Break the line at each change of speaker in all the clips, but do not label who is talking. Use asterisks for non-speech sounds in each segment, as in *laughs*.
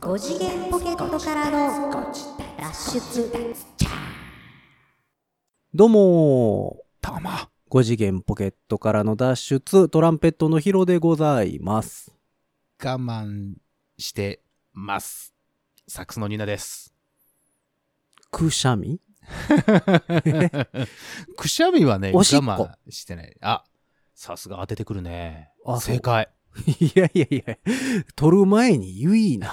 5次元ポケットからの脱出
どうも
たま。
ー、5次元ポケットからの脱出、トランペットのヒロでございます。
我慢してます。サックスのニーナです。
くしゃみ
*laughs*
*laughs*
くしゃみはね、我
おしっこ
慢してない。あ、さすが当ててくるね
あ。
正解。
いやいやいや、撮る前に言いな。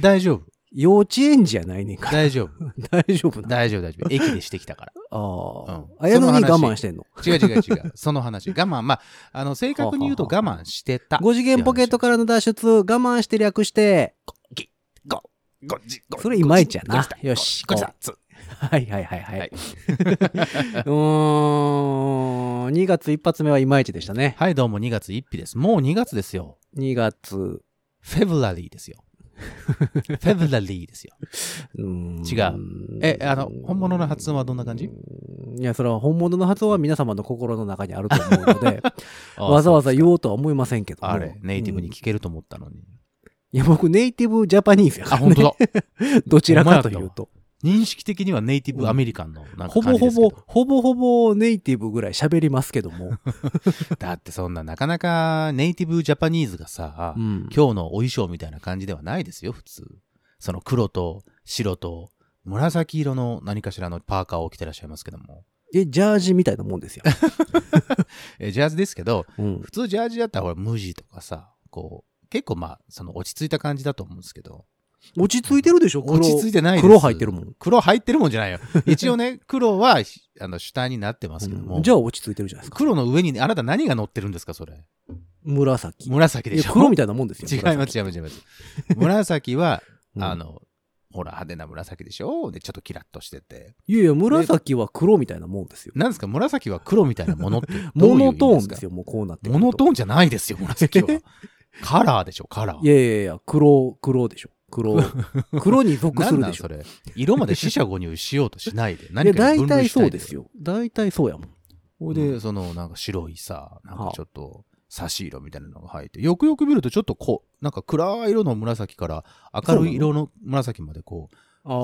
大丈 *laughs* 夫。
幼稚園児やないねんから。 *laughs*
大丈夫。
大丈夫な。
大丈夫、大丈夫。駅でしてきたから。
ああ、
うん
あやのに
その
我
話
慢してんの。
*laughs* 違う違う違う。その話。我慢。まあ、あの、正確に言うと
はは
我
はは
慢してた。
5次元ポケットからの脱出、我慢して略して、
ごじご
それいまいちやな
ごじだ
よし
ごじだつ
はいはいはいはい。*laughs*
*laughs* はいう
ーん、2月一発目はいまいちでしたね。
はい、どうも2月1日です。もう2月ですよ。
2月、う
フェブラリーです *laughs* よ。フェブラリーですよ。
ーん
違うえ、あの、本物の発音はどんな感じ
いや、それは本物の発音は皆様の心の中にあると思うので、
*laughs* あ
わざわざ言おうとは思いませんけども
あれ、ネイティブに
うん
聞けると思ったのに。
いや、僕、ネイティブジャパニーズやか
あ、
ら
本
ね。
当だ。
*laughs*
*laughs*
どちらかというと。
認識的にはネイティブアメリカンのなんか
ほ
感
ぼ
じ
ほ
ですけど
ぼ、ほぼほぼネイティブぐらい喋りますけど
*laughs*
も。
だってそんななかなかネイティブジャパニーズがさ、
うん
今日のお衣装みたいな感じではないですよ、普通。その黒と白と紫色の何かしらのパーカーを着てらっしゃいますけども。
え、ジャージみたいなもんですよ。
*laughs* えジャージですけど、
うん
普通ジャージだったらほら無地とかさ、こう、結構まあ、その落ち着いた感じだと思うんですけど、
落ち着いてるでしょ黒
落ち着いてないです
黒入ってるもん。
黒入ってるもんじ
*laughs*
ゃないよ。一応ね、黒はあの主体になってますけども。
うんじゃあ落ち着いてるじゃないですか。
黒の上にあなた何が乗ってるんですか、それ。
紫。
紫
い
で
や
しょ
黒みたいなもんですよ。
違います、違います、違います。紫は、あの、ほら、派手な紫でしょで、ちょっとキラッとしてて。
いやいや、紫は黒みたいなもんですよ。
なんですか、紫は黒みたいなものって。
*laughs* モノトーンです
よ。
よ、もうこうなってく
モ
ると
ノトーンじゃないですよ、紫
*laughs*
は。カラーでしょ、カラー。
いやいやいや、黒、黒でしょ。
*laughs*
黒、黒に属す
何
る
な
で
ん
し
そ
ょ。
れ。色まで四捨五入しようとしないで。
いや、
何かに
大
分類
体
したい
そうです。よ。大体そうやもん。
ほい
うん
で、その、なんか白いさ、なんかちょっと、差し色みたいなのが入って、よくよく見るとちょっとこう、なんか暗い色の紫から明るい色の紫までこう、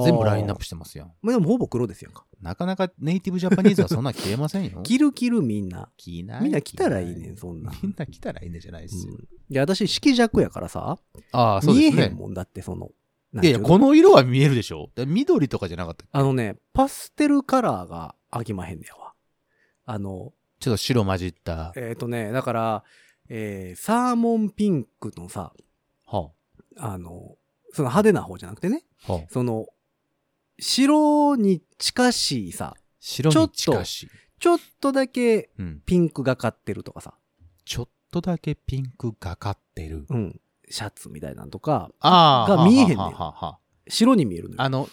全部ラインナップ
し
してますやん。
まあでもほぼ黒ですやんか。
なかなかネイティブジャパニーズはそんな消えませんよ。
着る着るみんな。
着な
みんな着たらいいね
着
ん、そんな
*laughs* ない。みんな着たらいいねじゃないですよ。
いや、私、色弱やからさ、
ああ、そう
見
で
え
す
へ
ね
ん。もんだって、その、
いやいや、こ
の、
の色は見えるでしょ。だ緑とかじゃなかった。
あのね、パステルカラーがあきまへんねやわ。あの、
ちょっと白混じった。
えっ、とね、だから、えーサーモンピンクのさ、
は
あの、その派手な方じゃなくてね、
あ、はあ、
その、白に近しいさ、
白に近しい。
ちょっとだけ
うん。
ピンクがかってるとかさ、
ちょっとだけピンクがかってる。
うん、シャツみたいなのとか、
ああ。
が見えへんねん
はあはあはあは
白に見えるのよ
あ。あの、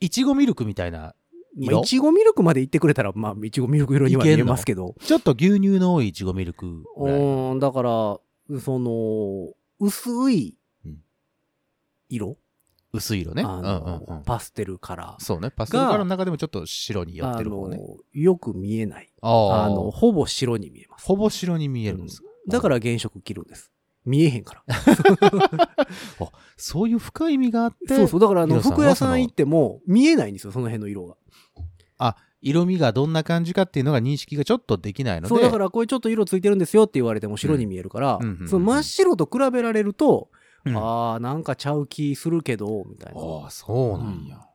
いちごミルクみたいな、
まあいちごミルクまで行ってくれたら、まあ、いちごミルク色には見えますけど。
ちょっと牛乳の多いいちごミルクぐ
う
らい。
ーん、だから、その、薄い
うん
色、
薄い色ね。うん
あ
う
の
んうん。
パステルカラー。
そうね。パステルカラーの中でもちょっと白に寄ってる方ね。
あのよく見えない。
ああ
あの、ほぼ白に見えます。
ほぼ白に見えるんです。
だから原色着るんです。見えへんから。
そういう深い意味があって、
そうそう。だから、あの、
ヒロさんは
服屋さん行っても見えないんですよ、その辺の色が。
色味がどんな感じかっていうのが認識がちょっとできないので、
そう、だから、これちょっと色ついてるんですよって言われても白に見えるから
うんうんうんう、ん
その真っ白と比べられると、
うんあ
あー、なんかちゃう気するけど、みたいな。
あ、そうなんや。
だか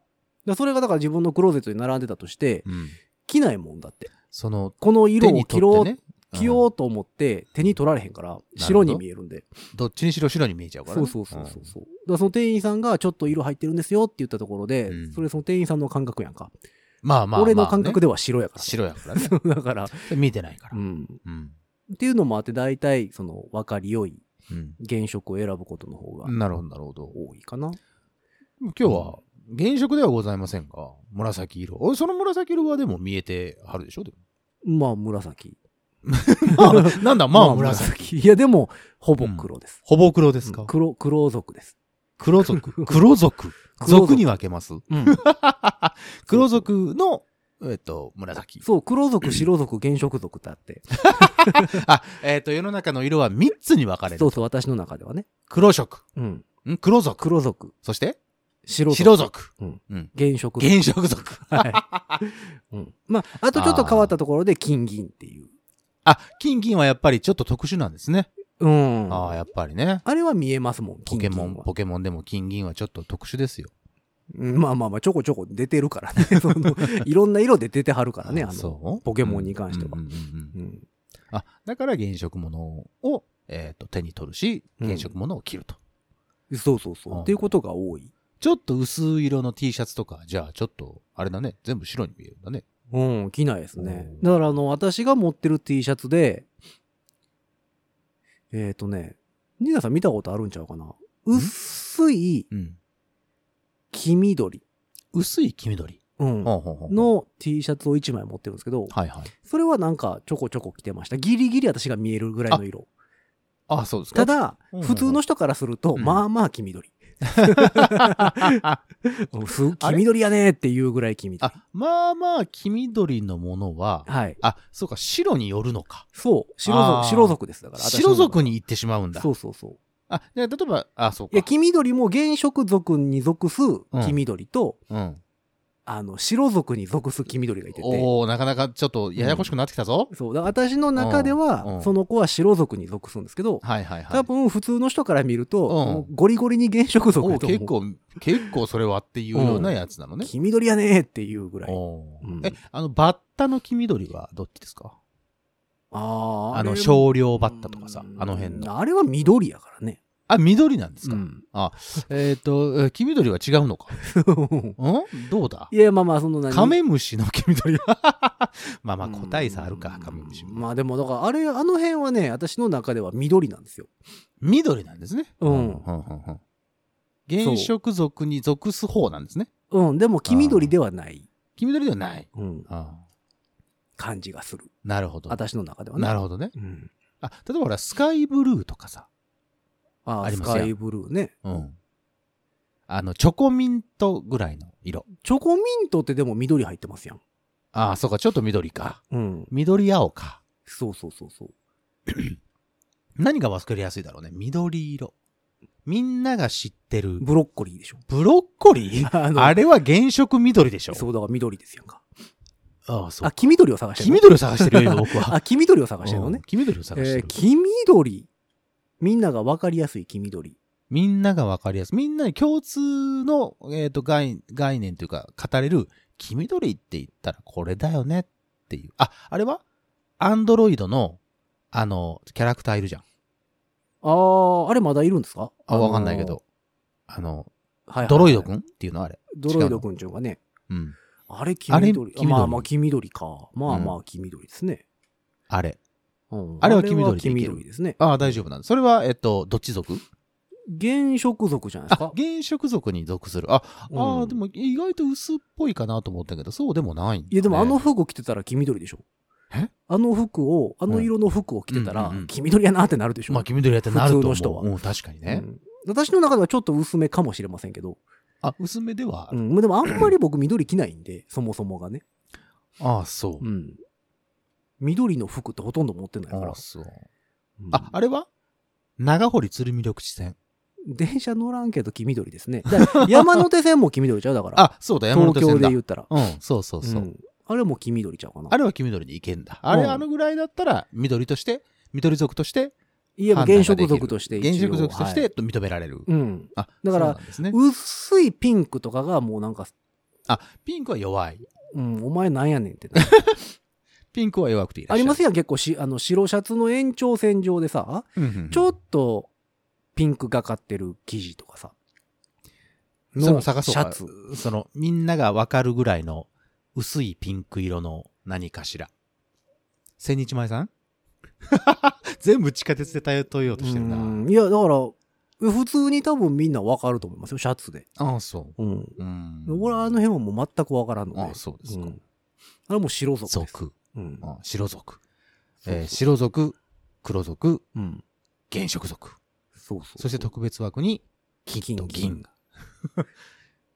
らそれがだから自分のクローゼットに並んでたとして、
うん
着ないもんだって。
その、
この色
手
を
に
着
取っ
ろ
て
う、
ね、うん
着ようと思って手に取られへんから、白に見えるんで。
どっちにしろ白に見えちゃうから
そ
ね、
うそうそうそう。そうだからその店員さんがちょっと色入ってるんですよって言ったところで、
うん
それその店員さんの感覚やんか。
うんまあまあまあね、
俺の感覚
で
では白やから。
白やからね。
*laughs* だから、
見てないか
う
ら。
ん。
うん。
っていうのもあって、大体、その、分かり良い
うん
原色を選ぶことの方が
なるほど、なるほど。
多いかな。
今日は、原色ではございませんが、紫色。おいその紫色はでも見えてはるで
*laughs*
しょでも
まあ、紫。
まあなんだ、まあ紫。
紫。いや、でも、ほぼ黒です。
ほぼ黒ですか、
黒、黒族です。
*laughs* 黒族。黒族。
黒族
*laughs* 族に分けます
うん。
黒族のえっと、紫。
そう、黒族、白族、原色族ってあって。
あ、えっと、世の中の色は3つに分かれ
そ
る
う。そう、私の中ではね。
黒色。
うん。
ん黒族。
黒族、
そして、
白族、
白族。
うん
うん。
原色族。
原色族。
はい。うん。まあ、あとちょっと変わったところで、金銀っていう。
あ、金銀はやっぱりちょっと特殊なんですね。
うん。
ああ、やっぱりね。
あれは見えますもん、
ポ
金
ケ
銀
モ
は
ン、ポケモンでも金銀はちょっと特殊ですよ。
うんまあまあまあ、ちょこちょこ出てるからね。 *laughs* その、いろんな色で出てはるからね、あの、
あそう
ポケモンに関しては
うんうんうんうん
うん。
あ、だから原色ものを、えっと、手に取るし、
うん
原色ものを着ると。
そうそうそうう。
ん
っていうことが多い。
ちょっと薄い色の T シャツとか、じゃあちょっと、あれだね、全部白に見えるんだね。
うん、着ないですね
う。ん
だから、あの、私が持ってる T シャツで、えっ、ー、とね、ニーナさん見たことあるんちゃうかな薄い
うん。
黄緑、
薄い黄緑。
うん、
ほうほうほう
の T シャツを1枚持ってるんですけど、
はいはい。
それはなんかちょこちょこ着てました。ギリギリ私が見えるぐらいの色。
あ、そうです
た、
か。*laughs*
だ
うんう、ん
普通の人からすると、
うん
まあまあ黄緑。す黄緑やねーっていうぐらい黄緑。
あ、まあまあ黄緑のものは、
はい。
あ、そうか、白によるのか。
そう。白
あ
族、
ー
白族です。だから。私の
白族に行ってしまうんだ。
そうそうそう。
あ、じゃあ例えば、あ、そう
いや、
か。
黄緑も原色族に属す黄緑と、
うん。
あの、白族に属す黄緑がいてて、
おー、なかなかちょっとややこしくなってきたぞ。
そう。だから私の中で
うんう
は、
ん
その子は白族に属するんですけど、
はいはいはい。
多分普通の人から見ると、
ん
もうゴリゴリに原色族
お
だ
ー
と思う
結構、結構それはっていうようなやつなのね。
黄緑やねーっていうぐらい。
おー
うん
え、あの、バッタの黄緑はどっちですか
あー
あ
れ
の、少量バッタとかさ、あの辺の。
うんあれは緑やからね。
あ、緑なんです
う
か、
*laughs* ん
えっ、と、えー黄緑は違うのかんどうだ
いや、まあまあ、その何
カメムシの黄緑は *laughs* まあまあ、個体差あるか
う、ん
カメムシも。
まあでも、だから、あれ、あの辺はね、私の中では緑なんですよ。
緑なんですね。
うん
うんうんうん原色族に属す方なんですね。
うん、でも黄緑ではない、
黄緑ではない。
うん、
ああ
感じがする。
なるほど。
私の中ではね。
なるほどね。
うん、
あ、例えばほら、スカイブルーとかさ。
あ
あ
ー
り
ス
ますやん
カイブルーね。
うん。あの、チョコミントぐらいの色。
チョコミントってでも緑入ってますやん。
ああ、そうか、ちょっと緑か。
うん。
緑青か。
そうそうそうそう。
何が分かりやすいだろうね。緑色。みんなが知ってる。
ブロッコリーでしょ。
ブロッコリー
あの
*laughs* あれは原色緑でしょ
そうだから緑ですやんか。
ああ、そ
あ、
う。
黄緑を探して
黄
るの。
緑を探してるよ、今僕 *laughs* は。
あ、黄緑を探してるのね
うん。黄緑を探して
え
る
ー。黄緑。みんなが分かりやすい黄緑。
みんなが分かりやすい。みんなに共通の、えー、と概概念というか、語れる、黄緑って言ったらこれだよねっていう。あ、あれはアンドロイドの、あの、キャラクターいるじゃん。
あー、あれまだいるんですか
あ、わかんないけ。ど。
あ
あの、
のはいはいはい
ドロイドくんっていうのあれ。
ドロイドくんちゅうかね。
うん。
あれ黄
あれ
緑。
黄緑
まあまあ黄緑か。まあまあ黄緑ですね。
あれ。
うん
あれは黄緑でいけ
黄
る
緑ですね。
ああ、大丈夫なんだ。それは、えっと、どっち族
原色族じゃないで
あ、
すか
原。色族に属する。あ、あ
う
ー
ん
でも意外と薄っぽいかなと思ったけど、そうでもないんだね、
いやでもあの服着てたら黄緑でしょ。
え
あの服を、あの色の服を着てた
うん
ら
うんうんうん、
黄緑やなってなるでしょ。
まあ、黄緑やってなると思う。
普通の人は
うん、確かにね。
うん私の中ではちょっと薄めかもしれませんけど。
あ、薄めではあ
う
る。
ん。でもあんまり僕緑着ないんで、そもそもがね。
ああ、そう。
うん。緑の服ってほとんど持ってないから
ああ、。そう。
うん
あ、あれは長堀鶴見緑地線。
電車乗らんけど黄緑ですね。だから山手線も黄緑ちゃうだから。
あ、そうだ、山
東
手
京
線
で
だ。
言ったら。
うん、そうそうそう。
んあれも黄緑ちゃうかな。
あれは黄緑で行けんだ。あれ、
うん
あのぐらいだったら、緑として、緑族として、
いえば
判断
原
ができ
色
る
族として一応
原色族として、
はい
と認められる。
うん。
あ、
だから
そうなんですね。
薄いピンクとかがもうなんか、
あ、ピンクは弱い。
うん、お前なんやねんって
*laughs*
なる。
ピンクは弱くていら
あ
っし
り
ゃる。
ますやん、結構し、あの、白シャツの延長線上でさ、
うんうんうん
ちょっとピンクがかってる生地とかさ、
それ
の
も
シ
探そう
ャ
か
ツ。
その、みんながわかるぐらいの薄いピンク色の何かしら。千日前さん *laughs* 全部地下鉄で頼りようとしてるな。
うんいや、だから、普通に多分みんなわかると思いますよ、シャツで。
ああ、そ
うん。
う。うん。
俺はあの辺はもう全くわからんので。
ああそうですか
んあれもう白族です。
族。
うん
ああ白族。
そうそう
えー白族、黒族、
うん。
原色族。
そうそう。
そして特別枠に、
金
と銀
*laughs* 銀。だか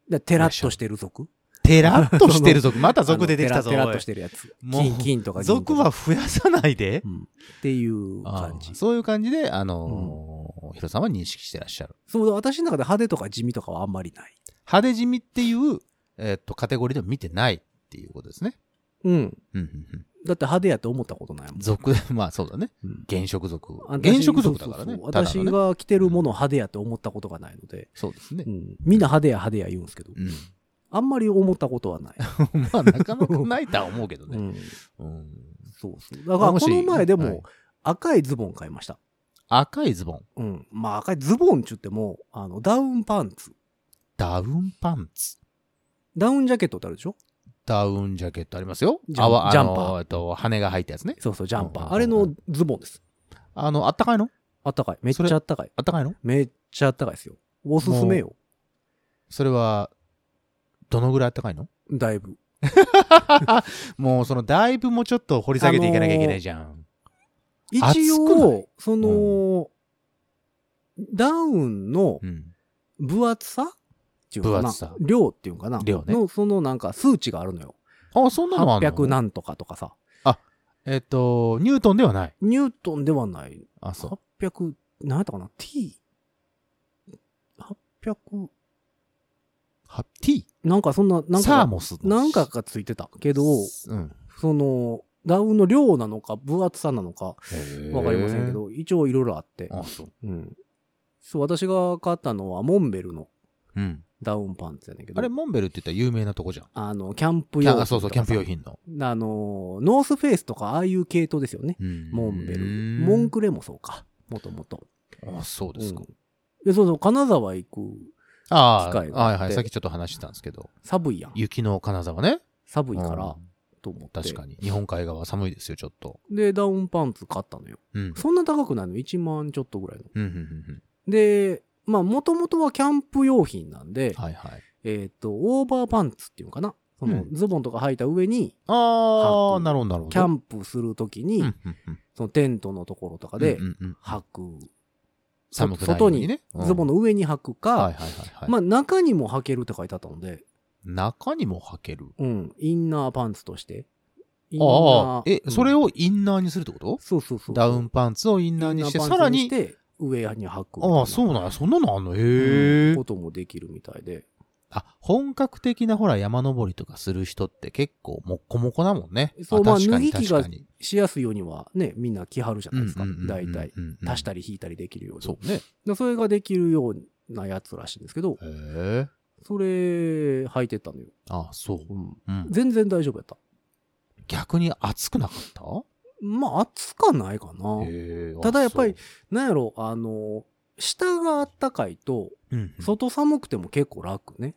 らテラッとしてる族
テラッとして
*laughs*
る族、また族出てきたぞ。
テラテ
お
ラッ
い
としてるやつ。
もう
金、金とか銀とか
族は増やさないで
う。んっていう感
あ
じ
ー。そういう感じで、あのーヒロさんは認識してらっしゃる。
そう、私の中で派手とか地味とかはあんまりない。
派手地味っていう、えーっと、カテゴリーでも見てないっていうことですね。
うん。
うんうんうん
だって派手やと思ったことないもん。
族、 *laughs* まあそうだね。
うん
原色族。
私
原色族だからね。
そうそうそう
ただの
私
ね
が着てるものを派手やと思ったことがないので、
そうですね
う。ん、みんな派手や派手や言うんですけど、
うん。 *laughs*
あんまり思ったことはない。
まあなかなかないとは *laughs* 思うけど
う
ね。
ん、
うん
そうそう。だから
もし
この前で
はい
も赤いズボン買いました。
赤いズボン、
うん。まあ赤いズボンって言っても、あの、ダウンパンツ。
ダウンパンツ、
ダウンジャケットってあるでしょ
ダウンジャケットありますよ。
ジャン
泡
ジャンパー
あのえっと、羽が入ったやつね。
そうそう、ジャンパ
うん
ー。
うんうん
あれのズボンです。
あの、あったかいの
あったかい。めっち
それ
ゃあったかい。
あったかいの
めっちゃあったかいですよ。おすすめよ。
それは、どのぐらいあったかい
*laughs*
の
だいぶ。
もうそのだいぶもちょっと掘り下げていかなきゃいけないじゃん。暑
一
くな
応、その、ダウンの
うん。
分厚さっていうのか
分
な
厚さ
量っていうのかな
量ね
の、そのなんか数値があるのよ。
あ、そんなのあんの
800なんとかとかさ。
えっと、ニュートンではない。
ニュートンではない。
あ、そう。
800、何やったかな ?t、800、
ハッテ
なんかそんな、な
ィ
ん
サー
か、
モスの
なんかがついてたけど、
うん。
その、ダウンの量なのか、分厚さなのか、わかりませんけ。ど、一応いろいろあって。
あ、そう。
うん。そう、私が買ったのは、モンベルの
うん。
ダウンパンツやねんけど、
あれ、モンベルって言ったら有名なとこじゃん。
あの、キャンプ用
あ
品。
そうそう、キャンプ用。品の。
あの、ノースフェイスとか、ああいう系統ですよね。
うん
モンベル。
うん
モンクレもそうか、もともと。
あ、そうですか。
うんでそうそう、金沢行く、
あ
機械
あ、
があって
はいはい。さっきちょっと話してたんですけど、
寒いやん。
雪の金沢ね。
寒いから
う、ん
と思って。
確かに。日本海側寒いですよ、ちょっと。
で、ダウンパンツ買ったのよ。
うん。
そんな高くないの ?1 万ちょっとぐらいの。
うん、うん、うん
で、まあ、もともとはキャンプ用品なんで、
うん。はいはい。
えっ、と、オーバーパンツっていうのかなその、
う
ズボンとか履いた上に、
あ
履
あ、
く
なるほど、なるほど。
キャンプするときに、
うんうんうん
そのテントのところとかで
うんうんうん
履く、
寒くないようにね。
ズボン
の。
の上に履くか、
はいはいはいはい。
まあ、中にも履けるって書いてあったので、
中にも履ける。
うん、インナーパンツとして。インナ
ああ、え、それ
を、
をインナーにするってこと
そうそうそう。
ダウンパンツをインナーにして、さらに
インナー、パンツして上に履くみたいな。
ああ、そうなんや、そんなのあんの
う
へえ
んこ。ともできるみたいで。
あ、本格的なほら山登りとかする人って結構もっこもこだもんね。
そうまあ
確かに
脱ぎ着が
確かに
しやすいようにはね、みんな着はるじゃないですか。大体。。足したたり引いたりできるように。
そうね。
でそれができるようなやつらしいんですけど、
へえ。
それ、履いてったのよ。
あ、そう。
うん
うん
全然大丈夫やった。
逆に暑くなかった
まあ、暑かないかな。
へえ
ただやっぱり、なんやろ、あの、下があったかいと、
そううんうん
外寒くても結構楽ね。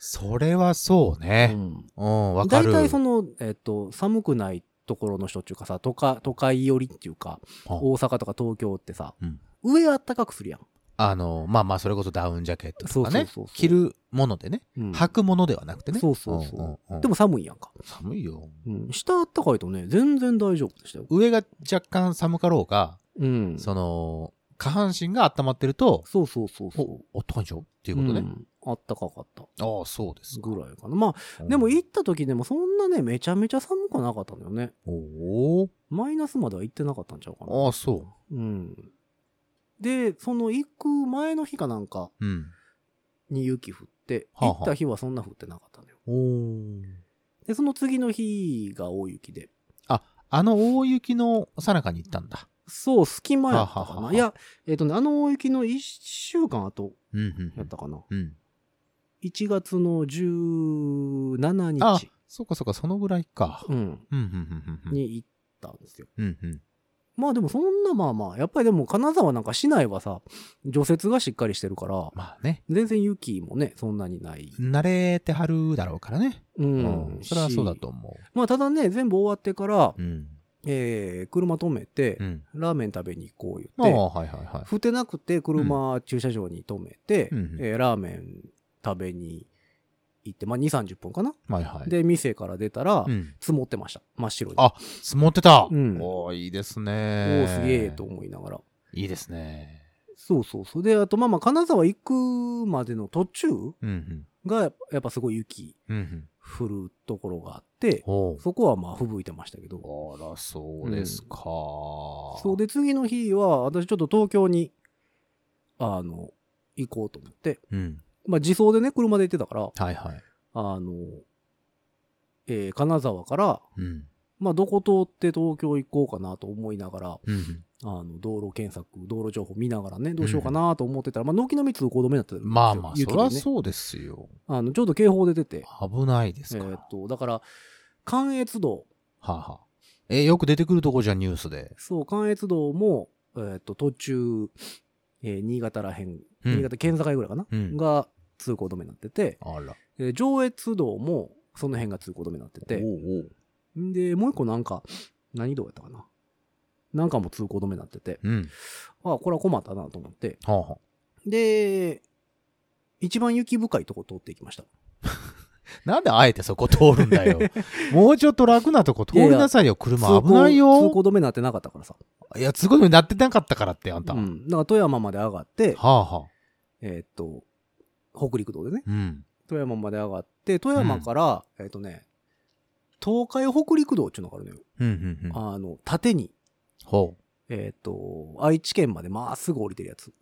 それはそ
う
うね。
ん
うん、わか
大
る。
体その、えっと、寒くないところの人っていうかさ、都会都会寄りっていうか、
あ
大阪とか東京ってさ、
うん
上あったかくするやん。
あの、まあまあ、それこそダウンジャケットとか
そうそ
ね
うそうそう。
着るものでね。
うん
履くものではなくてね。
そうそうそ
うんうんうん
でも寒いやんか。
寒いよ。
うん、下あったかいとね、全然大丈夫でしたよ。
上が若干寒かろうが、
うん。そ
その、下半身が温まってると、
うそうそうそう。
お、おっとかいんちゃうっていうことね。
んあったかかった
ああ、そうですか。
ぐらいかな。まあ、でも
い。
行った時でもそんなね、めちゃめちゃ寒くなかったんだよね。
おー
マイナスまでは行ってなかったんちゃうかな。
ああ、そ
うん。で、その行く前の日かなんか
う。うん。
に雪降って、
はあはあ
行った日はそんな降ってなかったんだよ。
おお。
で、その次の日が大雪で。
あの大雪の最中に行ったんだ。
そう、隙間やったかな。
はあはあはあ
いや、えっ、とね、あの大雪の1週間後
うん、うんう
やっ
ん。
たかな。
うん。
1月の17
あ
日、
そっかそっか、そのぐらいか。
うん
うん、うん、うん、うん。
に行ったんですよ。
うん、うん。
まあでもそんなまあまあ、やっぱりでも金沢なんか市内はさ、除雪がしっかりしてるから、
まあね。
全然雪もね、そんなにない。
慣れてはるだろうからね。
う。
うんそれはそうだ
し
と。思
まあただね、全部終わってから、
う。うん。
えー、車止めて、
うん。
ラーメン食べに行こう
ああ、
言って、
はいはいはい。
降ってなくて車駐車場に止めて、
うん
えーラーメン食べに行って、まあ2、30分かな。
はいはい。、
で、店から出たら
う、ん。
積もってました。真っ白に。
あ積もってた。
うん
おおいいですね。
おおすげえと。思いながら。
いいですね。
そうそうそう。で、あと、まあまあ、金沢行くまでの途中
うん、
が、やっぱすごい雪
うんうん。
降るところがあって、
おう
そこはまあ、吹雪いてましたけど。
あら、そうですか。
そうで、次の日は、私ちょっと東京に、あの、行こうと思って、
うん。
まあ、自走でね、車で行ってたから、
はいはい。
あの、えー金沢から、
うん。
まあ、どこ通って東京行こうかなと思いながら、
うん。
あの、道路検索、道路情報見ながらね、どうしようかなと思ってたら、まあ、軒並み通行止めだったんですよ
まあまあ、そ
雪
り
で
ゃ
ね
そうですよ。
あの、ちょうど警報で出て、
危ないで
え
すから。
ー
は
っと、だから、関越道、
あはあえ、よく出てくるとこじゃんニュースで。
そう、関越道も、えーっと、途中、えー新潟らへん、
うん
新潟県境ぐらいかな、
うん
が通行止めになってて、
あら。
えー上越道も、その辺が通行止めになってて、
おうおう。
で、もう一個なんか、何道やったかななんかも通行止めになってて、
うん。
ああ、これは困ったなと思って。
はあはあ
で、一番雪深いとこ通っていきました。
なんであえてそこ通るんだ *laughs* よ。もうちょっと楽なとこ通りなさいよ。車
通行
危ない
通
よ。
行止めになってなかったからさ。
いや、すごいになってなかったからって、あんた。
う
は
ん。だから富山まで上がって、
あはあ。
えーっと、北陸道でね、
うん。
富山まで上がって、富山から、えーっとね、東海北陸道っていうのがあるのよ。
うんうんうん。
あの、縦に、
ほう。
えーっと、愛知県までまっすぐ降りてるやつ。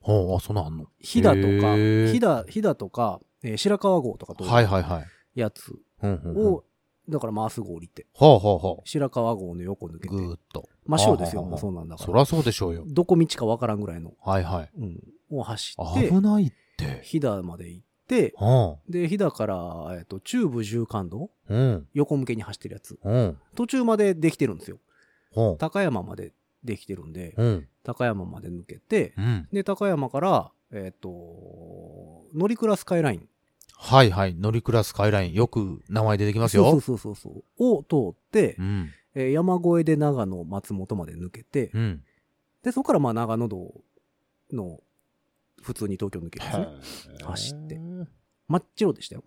ほう、あ、そんなんあんの
飛騨とか、
へー
飛騨、飛騨とか、えー白川郷とかと
はいはいはい。
やつ
うんうんうん。
を、だからまっすぐ降りて、
ほうほうほ
白川郷の横抜
う。
けて、
ぐーっと。
真っ白ですよ、
はあはあはあ
もうそうなんだか
そ
ら。
らそうでしょうよ。
どこ道かわからんぐらいの、
はいはい。
うん、を走って
危、ないって。
飛騨まで行って、
うん。
で、飛騨から、えっと、中部縦貫道、
うん。
横向けに走ってるやつ、
うん。
途中までできてるんですよ。
ほ
高山までできてるんで、
う。うん。
高山まで抜けて
う、ん。
で、高山から、えっと、乗り倉スカイライン。
はいはい。乗りクラスカイライン。よく名前出てきますよ。
そうそうそうそうそう。を通って、
うん。
えー山越えで長野、松本まで抜けて、
うん。
で、そこからまあ長野道の、普通に東京抜けるんですね。走って。真っ白でしたよ。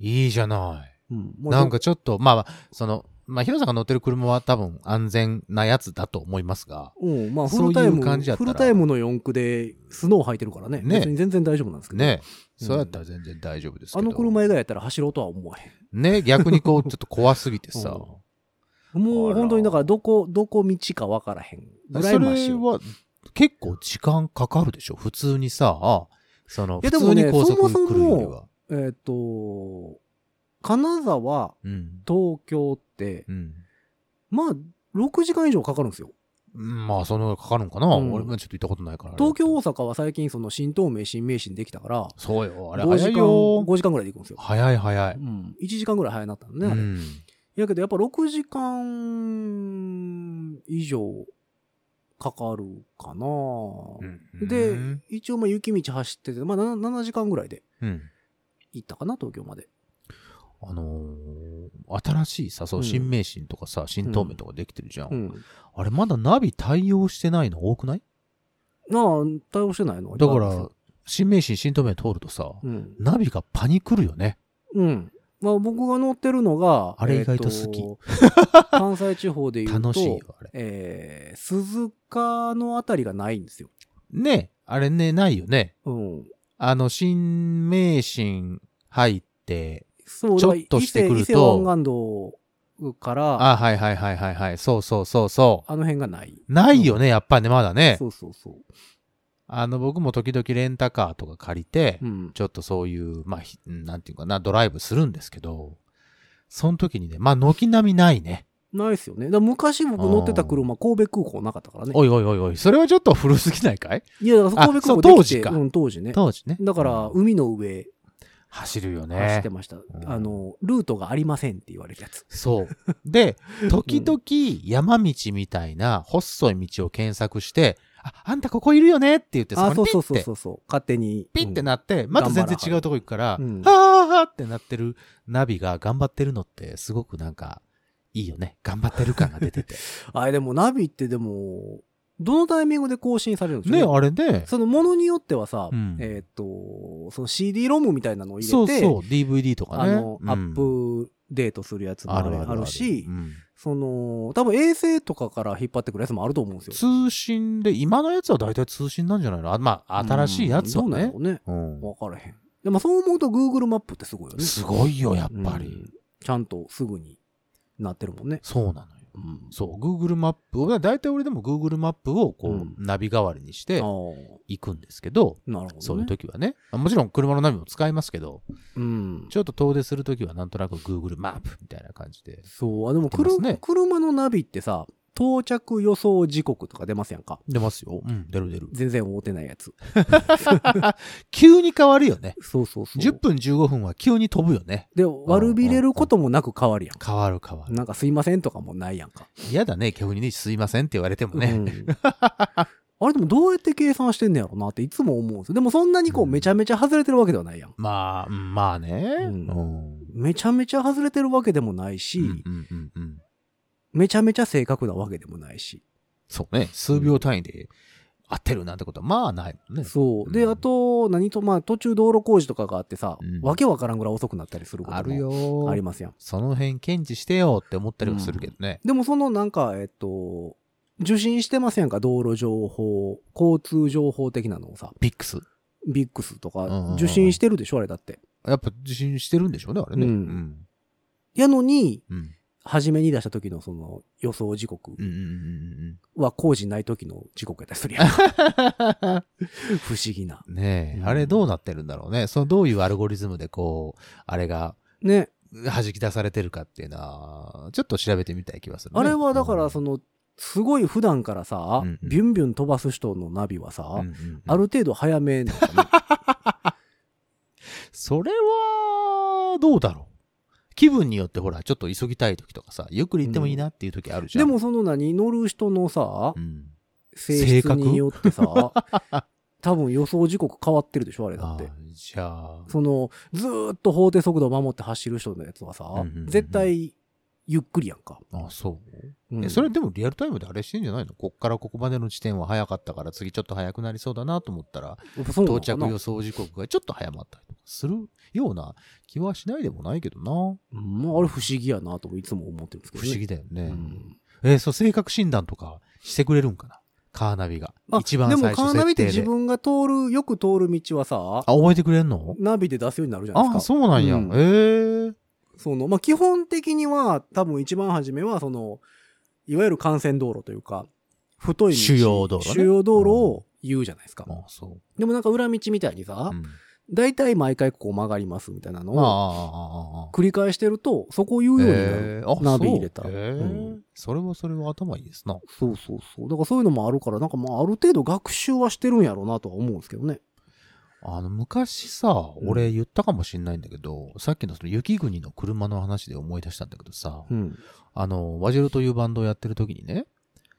いいじゃない。
うん。もう
なんかちょっと、まあまあ、その、まあ、ヒロさんが乗ってる車は多分安全なやつだと思いますが、
うん、まあフ
そうい
ル
う
タイム、
感じやった
フ
ら
ルタイムの4区でスノー履いてるからね。
ね
別に全然大丈夫なんですけど。
ね、そうやったら全然大丈夫ですけ
あ
ど。
の車以外やったら走ろうとは思わへん。
ね、逆にこう、ちょっと怖すぎてさ。
*laughs* もう
あら
本当にだからどこ、どこ道かわからへんぐらい
それ
真っ白。
は結構時間かかるでしょ普通にさ、その、
いや
普
で
通
もね
に高速来るよ
そ
り
もそ
は。
えっ、と、金沢、
うん。
東京って、
うん。
まあ、6時間以上かかるんですよ。
まあ、そのぐらいかかるんかな、
うん
俺もちょっと行ったことないから。
東京、大阪は最近その新東名、新名神できたから、
そうよ。あれ
5
早
時
い
間、
よ。
5時間ぐらいで行くんですよ。。
早い早いう
ん。1時間ぐらい早なったん
う
だね、あれ。
ん。
やけどやっぱ6時間以上かかるかな、で
うん、
一応まあ雪道走ってて、まあ 7, 7時間ぐらいで
うん。
行ったかな、東京まで。
あのー新しいさ、そうう、
ん
新名神とかさ、新東名とかできてるじゃん。
うん。
あれ、まだナビ対応してないの多くない
なあ、対応してないの
だから、、新名神、新東名通るとさ、
うん。
ナビがパニクるよね。
うん。まあ僕が乗ってるのが、
あれ意外と好き
えーと *laughs* 関西地方で言うと、
楽しいよ、あれ。
えー、鈴鹿のあたりがないんですよ。
ねあれね、ないよね。
うん。
あの、新名神入って、
そう、
ちょっ
だから
としてくると
伊勢伊勢湾岸道から、あ
あ、はいはいはいはいはい、そうそうそうそ
の辺がない。
う。ないよね、やっぱね、まだね
そ。うそうそう。
あの、僕も時々レンタカーとか借りて、
うん。
ちょっとそういう、まあ、ひなんていうかな、ドライブするんですけど、その時にね、まあ、軒並みないね。
ないですよね。だから昔僕乗ってた車、神戸空港なかったからね。
おいおいおいおい、それはちょっと古すぎないかい
いや、だから神戸空
あそ
港
う
できて
当時か
うん、当時ね。
当時ね。
だから、
うん
海の上
走るよ
走っ
ね
て。ました、
ん
あの、ルートがありませんって言われるやつ。
そう。で、時々山道みたいな細い道を検索して、あ、あんたここいるよねって言って、
あ、そ
こ
う
に
そう
ピ
そう
ッて
そ、うそう。勝手に。
ピッて
うん
なって、また全然違うとこ行くから、は
うん
ぁはぁってなってるナビが頑張ってるのって、すごくなんか、いいよね。頑張ってる感が出
*laughs*
てて。
あれでもナビってでも、どのタイミングで更新されるんですか
ね、あれね。
そのものによってはさ、
うん
えーっと、その CD ロムみたいなのを入れて、
そうそう、DVD とか
あ
ね。
の、
うん
アップデートするやつもあれあるし、
うん
その、多分衛星とかから引っ張ってくるやつもあると思うんですよ。
通信で、今のやつは大体通信なんじゃないのあまあ、新しいやつは
うんどうなんや
ね
ろ。うね。
うん
わからへん。でもそう思うと Google マップってすごいよね。
すごいよ、やっぱり。
うんちゃんとすぐになってるもんね。
そうなのよ。
うん。
そう、Google マップを、だいたい俺でも Google マップをこう、
うん
ナビ代わりにして
ああ、
行くんですけど、
なるほど、ね。
そういう時はね、あもちろん車のナビも使いますけど、
うん
ち。ょっと遠出する時はなんとなく Google マップみたいな感じで。
そう。あ、でも、く
出
る
ますね
車のナビってさ、到着予想時刻とか出ますやんか。
出ますよ。うん、出る出る。
全然合うてないやつ。
急に変わるよね。
そうそうそう。
10分15分は急に飛ぶよね。
で、悪びれることもなく変わるやんか。
変わる変わる。
なんかすいませんとかもないやんか。
嫌だね、逆にね、すいませんって言われても
う
ね。
んあれでもどうやって計算してんねやろなっていつも思うんですよ。でもそんなにこう
うん
めちゃめちゃ外れてるわけではないやん。
まあ、うんまあね。
う
うんん。
めちゃめちゃ外れてるわけでもないし、
うんうんうんうん
めちゃめちゃ正確なわけでもないし。
そうね。数秒単位で合ってるなんてことは、まあないもんね。
そう。で、
うん
あと、何と、まあ途中道路工事とかがあってさ、
うん
わけわからんぐらい遅くなったりすることも
あるよ。
ありますやん。
その辺検知してよって思ったりはするけどね。
でもそのなんか、えっと、受信してませんか道路情報、交通情報的なのをさ、
ピックス。
ビックスと
うんうんう
か
ん
受信してるでしょあれだって。
やっぱ受信してるんでしょうね、あれね。
うん
うん。
やのに、
うん。
初めに出した時のその予想時刻
うんうんうん
は工事ない時の時刻やったりする
*laughs*
やん。
うんうん。
不思議な。
ねえ、
うん
あれどうなってるんだろうね。そのどういうアルゴリズムでこう、あれが
ね。
弾き出されてるかっていうのは、ちょっと調べてみたい気がする、ね。
あれはだからその、すごい普段からさ
うん、うん
ビュンビュン飛ばす人のナビはさ
うん、うんうん
ある程度早めなの
*laughs*
かな
それは、どうだろう。気分によってほら、ちょっと急ぎたい時とかさ、ゆっくり行ってもいいなっていう時あるじゃ
で
ん。
もその何、乗る人のさ
う、ん、
性
性
質
格
によってさ、多分予想時刻変わってるでしょあれだ
あ
って
ー。じゃあ、
その、ずーっと法定速度を守って走る人のやつはさ
うんうんうんう、ん
絶対ゆっくりやんか。
あそう、
うん
えそれでもリアルタイムであれしてんじゃないのこっからここまでの地点は早かったから、次ちょっと早くなりそうだなと思ったら、
そうなの
到
かな
着予想時刻がちょっと早まったりとかするような気はしないでもないけどな。
うんまあ、あれ不思議やなといつも思ってるんですけど
不
ね。
思議だよね。
うん
えーそう、性格診断とかしてくれるんかなカーナビが。
あ
一番
で
最
も
初
カー
設定で。
ナビって自分が通る、よく通る道はさ、
あ、覚えてくれんの
ナビで出すようになるじゃないですか。
あ、そうなんや。
うん
えー
その、まあ、基本的には、多分一番初めは、その、いわゆる幹線道路というか、太い道。
主要道路ね
主要道路を言うじゃないですか。
あ、そ
でもなんか裏道みたいにさ
う。う、ん
大体毎回ここ曲がりますみたいなの
ああ、あ
を
あ、ああ。
繰り返してると、そこを言うようになる。
えーあ
ナビ入れたら
そうえー
うん
それはそれは頭いいですな。
そうそうそう。だからそういうのもあるから、なんかまあある程度学習はしてるんやろうなとは思うんですけどね。
あの、昔さ、
うん
俺言ったかもしんないんだけど、さっきのその雪国の車の話で思い出したんだけどさ、
うん。
あの、ワジェロというバンドをやってる時にね、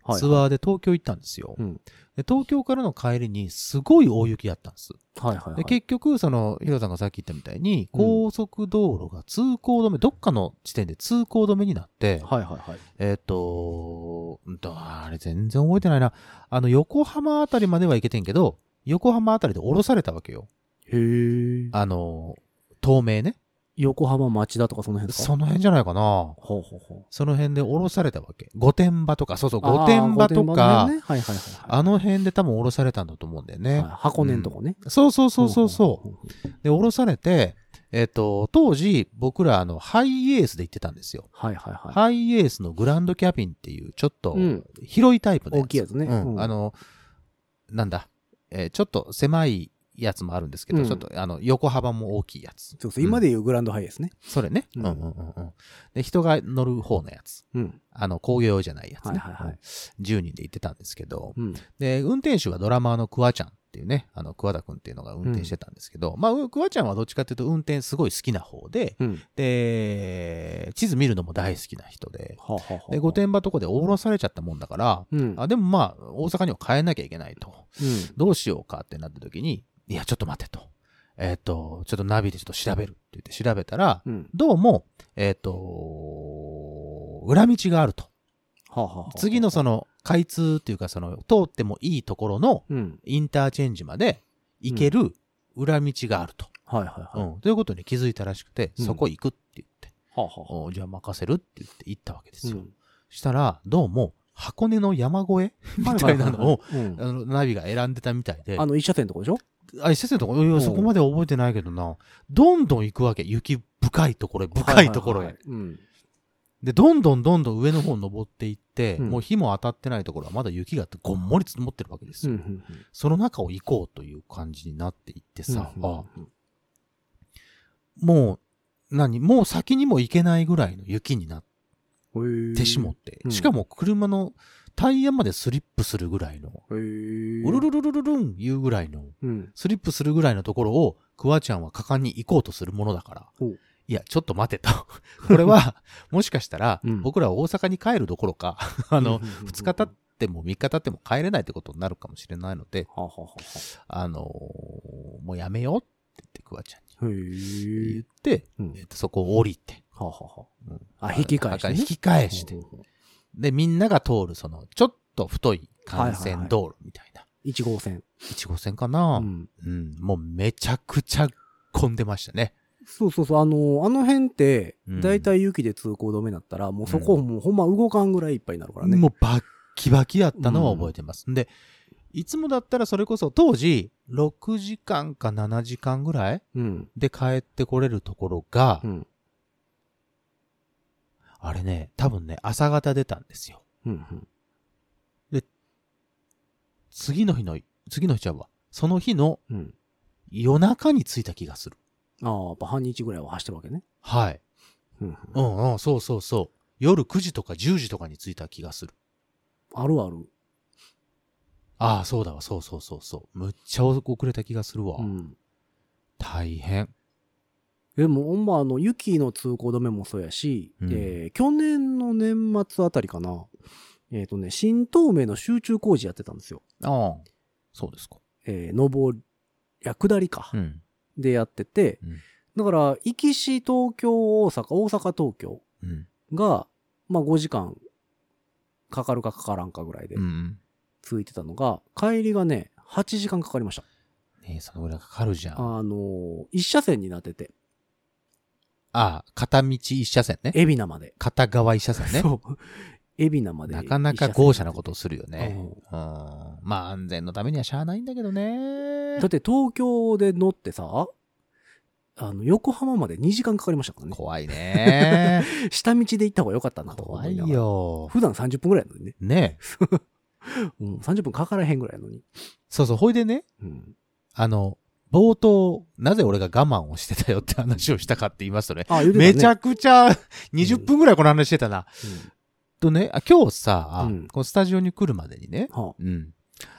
はい。
ツアーで東京行ったんですよ、
うん
で。東京からの帰りにすごい大雪だったんです。
はいはいは
で
い。
結局、その、ヒロさんがさっき言ったみたいに、
うん
高速道路が通行止め、どっかの地点で通行止めになって、
はいはいはい。
えっ、と、うんと、あれ全然覚えてないな。あの、横浜あたりまでは行けてんけど、横浜あたりで降ろされたわけよ。
へえ。
あの、透明ね。
横浜町だとかその辺ですか
その辺じゃないかな。
ほうほうほう。
その辺で降ろされたわけ。御殿場とか、そうそう、
あー
御殿場と
御の
か、
辺ねはいはいはいはい。
あの辺で多分降ろされたんだと思うんだよね。
はい箱根のとこね。
そうそうそうそうそう。
ほうほうほう。
で、降ろされて、えっ、と、当時、僕ら、あの、ハイエースで行ってたんですよ。
はいはいは
ハイエースのグランドキャビンっていう、ちょっと
い。、うん。
広いタイプの
大きいやつね
う
う
ん
ん
あの、なんだ、えーちょっと狭いやつもあるんですけど、
うん
ちょっと、あの、横幅も大きいやつ。
そうそう。今で言うグランドハイですね。
それね。
う
うんんうんうんうん。で、人が乗る方のやつ。
うん。
あの、工業用じゃないやつね。
はいはいはい
うん10人で行ってたんですけど、
うん。
で、運転手はドラマーのクワちゃんっていうね、あの、桑田くんっていうのが運転してたんですけど、まあ、クワちゃんはどっちかっていうと運転すごい好きな方で、
うん。
で、地図見るのも大好きな人で、
はあはあはあ
で、御殿場とこで降ろされちゃったもんだから、
うん。
あでもまあ、大阪には帰んなきゃいけないと。
うん
どうしようかってなった時に、いや、ちょっと待ってと。えっ、と、ちょっとナビでちょっと調べるって言って調べたら、
うん。
どうも、えっ、と、裏道があると。
はあはあはあ
次のその、開通っていうか、その、通ってもいいところの
うん。
インターチェンジまで行ける裏道があると。
はいはいはい。は
うんということに気づいたらしくて、
うん
そこ行くって言って、
あはあはあ
おじゃあ任せるって言って行ったわけですよ。
うん
したら、どうも、箱根の山越えみたいなのを、
うん
あのナビが選んでたみたいで、
あの、一車線のとこでしょ
あ、先生のところ、いやそこまでは覚えてないけどな、どんどん行くわけ。雪深いところへ、深いところへ。
はいはいはいうん。
で、どんどんどんどん上の方に登っていって、
うん
もう日も当たってないところはまだ雪がごんもり積もってるわけです
うん
よ。
うん
その中を行こうという感じになっていってさ、
うん
あもう、何もう先にも行けないぐらいの雪になっ
うん、
てしもって、
うん
しかも車のタイヤまでスリップするぐらいの、
へー。
うるるるるるるんいうぐらいの、
うん。
スリップするぐらいのところを、クワちゃんは果敢に行こうとするものだから
ほう、
いや、ちょっと待てと。 *laughs* これは、もしかしたら
うん、
僕らは大阪に帰るどころか、 *laughs* あの、
二
2日経っても3日経っても帰れないってことになるかもしれないので、
はははは。
あのーもうやめようって言って、クワちゃ
へ
んに言
ー。
って、
うん
えっとそこを降りて、
ははは。
うん
あ、引き返して、ね。
引き返して
ほう、ほうほう
で、みんなが通る、その、ちょっと太い幹線道路みたいな。
1号線。
1号線かな、
うん
うん、もうめちゃくちゃ混んでましたね。
そうそうそう。あのー、あの辺って、
うん
だいたい雪で通行止めになったら、もうそこもうほんま動かんぐらいいっぱいになるからね。
もうバッキバキだったのは覚えてます。で、いつもだったらそれこそ当時、6時間か7時間ぐらい
うん。
で帰ってこれるところが、
うん。
あれね、多分ね、朝方出たんですよ。
うん。うん。
次の日の、次の日ちゃうわ。その日の
うん。
夜中に着いた気がする。
ああ、やっぱ半日ぐらいは走ってるわけね。
はい。
うん。
うんうん、そうそうそう。夜9時とか10時とかに着いた気がする。
あるある。
ああ、そうだわ、そうそうそうそう。むっちゃ遅れた気がするわ。
うん。
大変。
でも、ほんま、あの、雪の通行止めもそうやし、
うん
えー去年の年末あたりかな、えっ、とね、新東名の集中工事やってたんですよ。
ああ、そうですか。
えー上り、いや、下りか。
うん。
でやってて、
うん
だから、行きし東京、大阪、大阪、東京
うん。
が、まあ、5時間かかるかかからんかぐらいで
うん。
ついてたのが、帰りがね、8時間かかりました。
ねえ、そのぐらいかかるじゃん。あ
あのー一車線になってて、
あ、片道一車線ね。
海老名まで。
片側一車線ね。
そう。海老名まで。
なかなか豪奢なことをするよ
と
ね。うん。まあ安全のためにはしゃあないんだけどね
だっ。て東京で乗ってさ、あの、横浜まで2時間かかりましたからね。
怖いね。
下道で行った方が良かったなとか
怖
*laughs* 思い
い
ながら。
よ。
普段30分ぐらいなのにね。
ねえ。
うん、30分かからへんぐらいなのに。
そうそう、ほいでね、
うん。
あの、冒頭、なぜ俺が我慢をしてたよって話をしたかって言いますとね、
あ、言うてたね
めちゃくちゃ20分ぐらいこの話してたな。とね、あ今日さ、
うん
このスタジオに来るまでにね、
うんは
うん。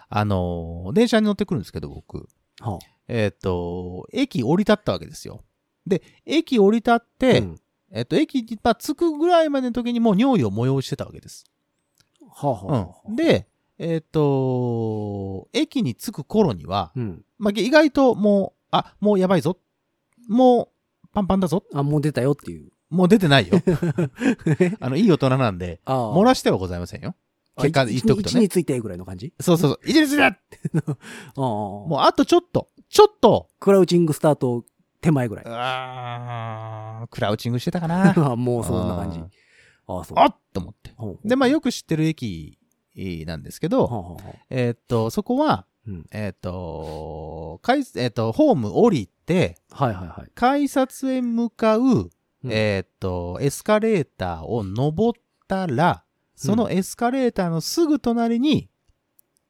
あのー電車に乗ってくるんですけど、僕。
あ、は
えっ、と、駅降り立ったわけですよ。で、駅降り立って、
うん
えっ、と、駅に、まあ、着くぐらいまでの時にもう尿意を催してたわけです。
あ、はあ、はあはあ
うん。、で、えっ、と、駅に着く頃には、
うん。
まあ、意外ともう、あ、もうやばいぞ。もう、パンパンだぞ。
あ、もう出たよって
*laughs*
いう。
もう出てな
*laughs*
いよ。あの、いい大人なんで、
ああ。
漏らしてはございませんよ。
あ
結果言っとくと
一に
ね。
ついてぐらいの感じ
そうそうそう。一日だ
ああ。もう、
もうあとちょっと、ちょっと、
クラウチングスタート手前ぐらい。
あークラウチングしてた
*laughs*
かな。
あもうそんな感じ。ああ、そう。
あっと思って。
ほう
で、まあよく知ってる駅なんですけ
はあ
ど、
はあはあ
えーっと、そこは、
うん
えーっと、改えーっと、ホーム降りて、
はいはいはい。
改札へ向かう、
ん
えーっと、エスカレーターを登ったら、そのエスカレーターのすぐ隣に、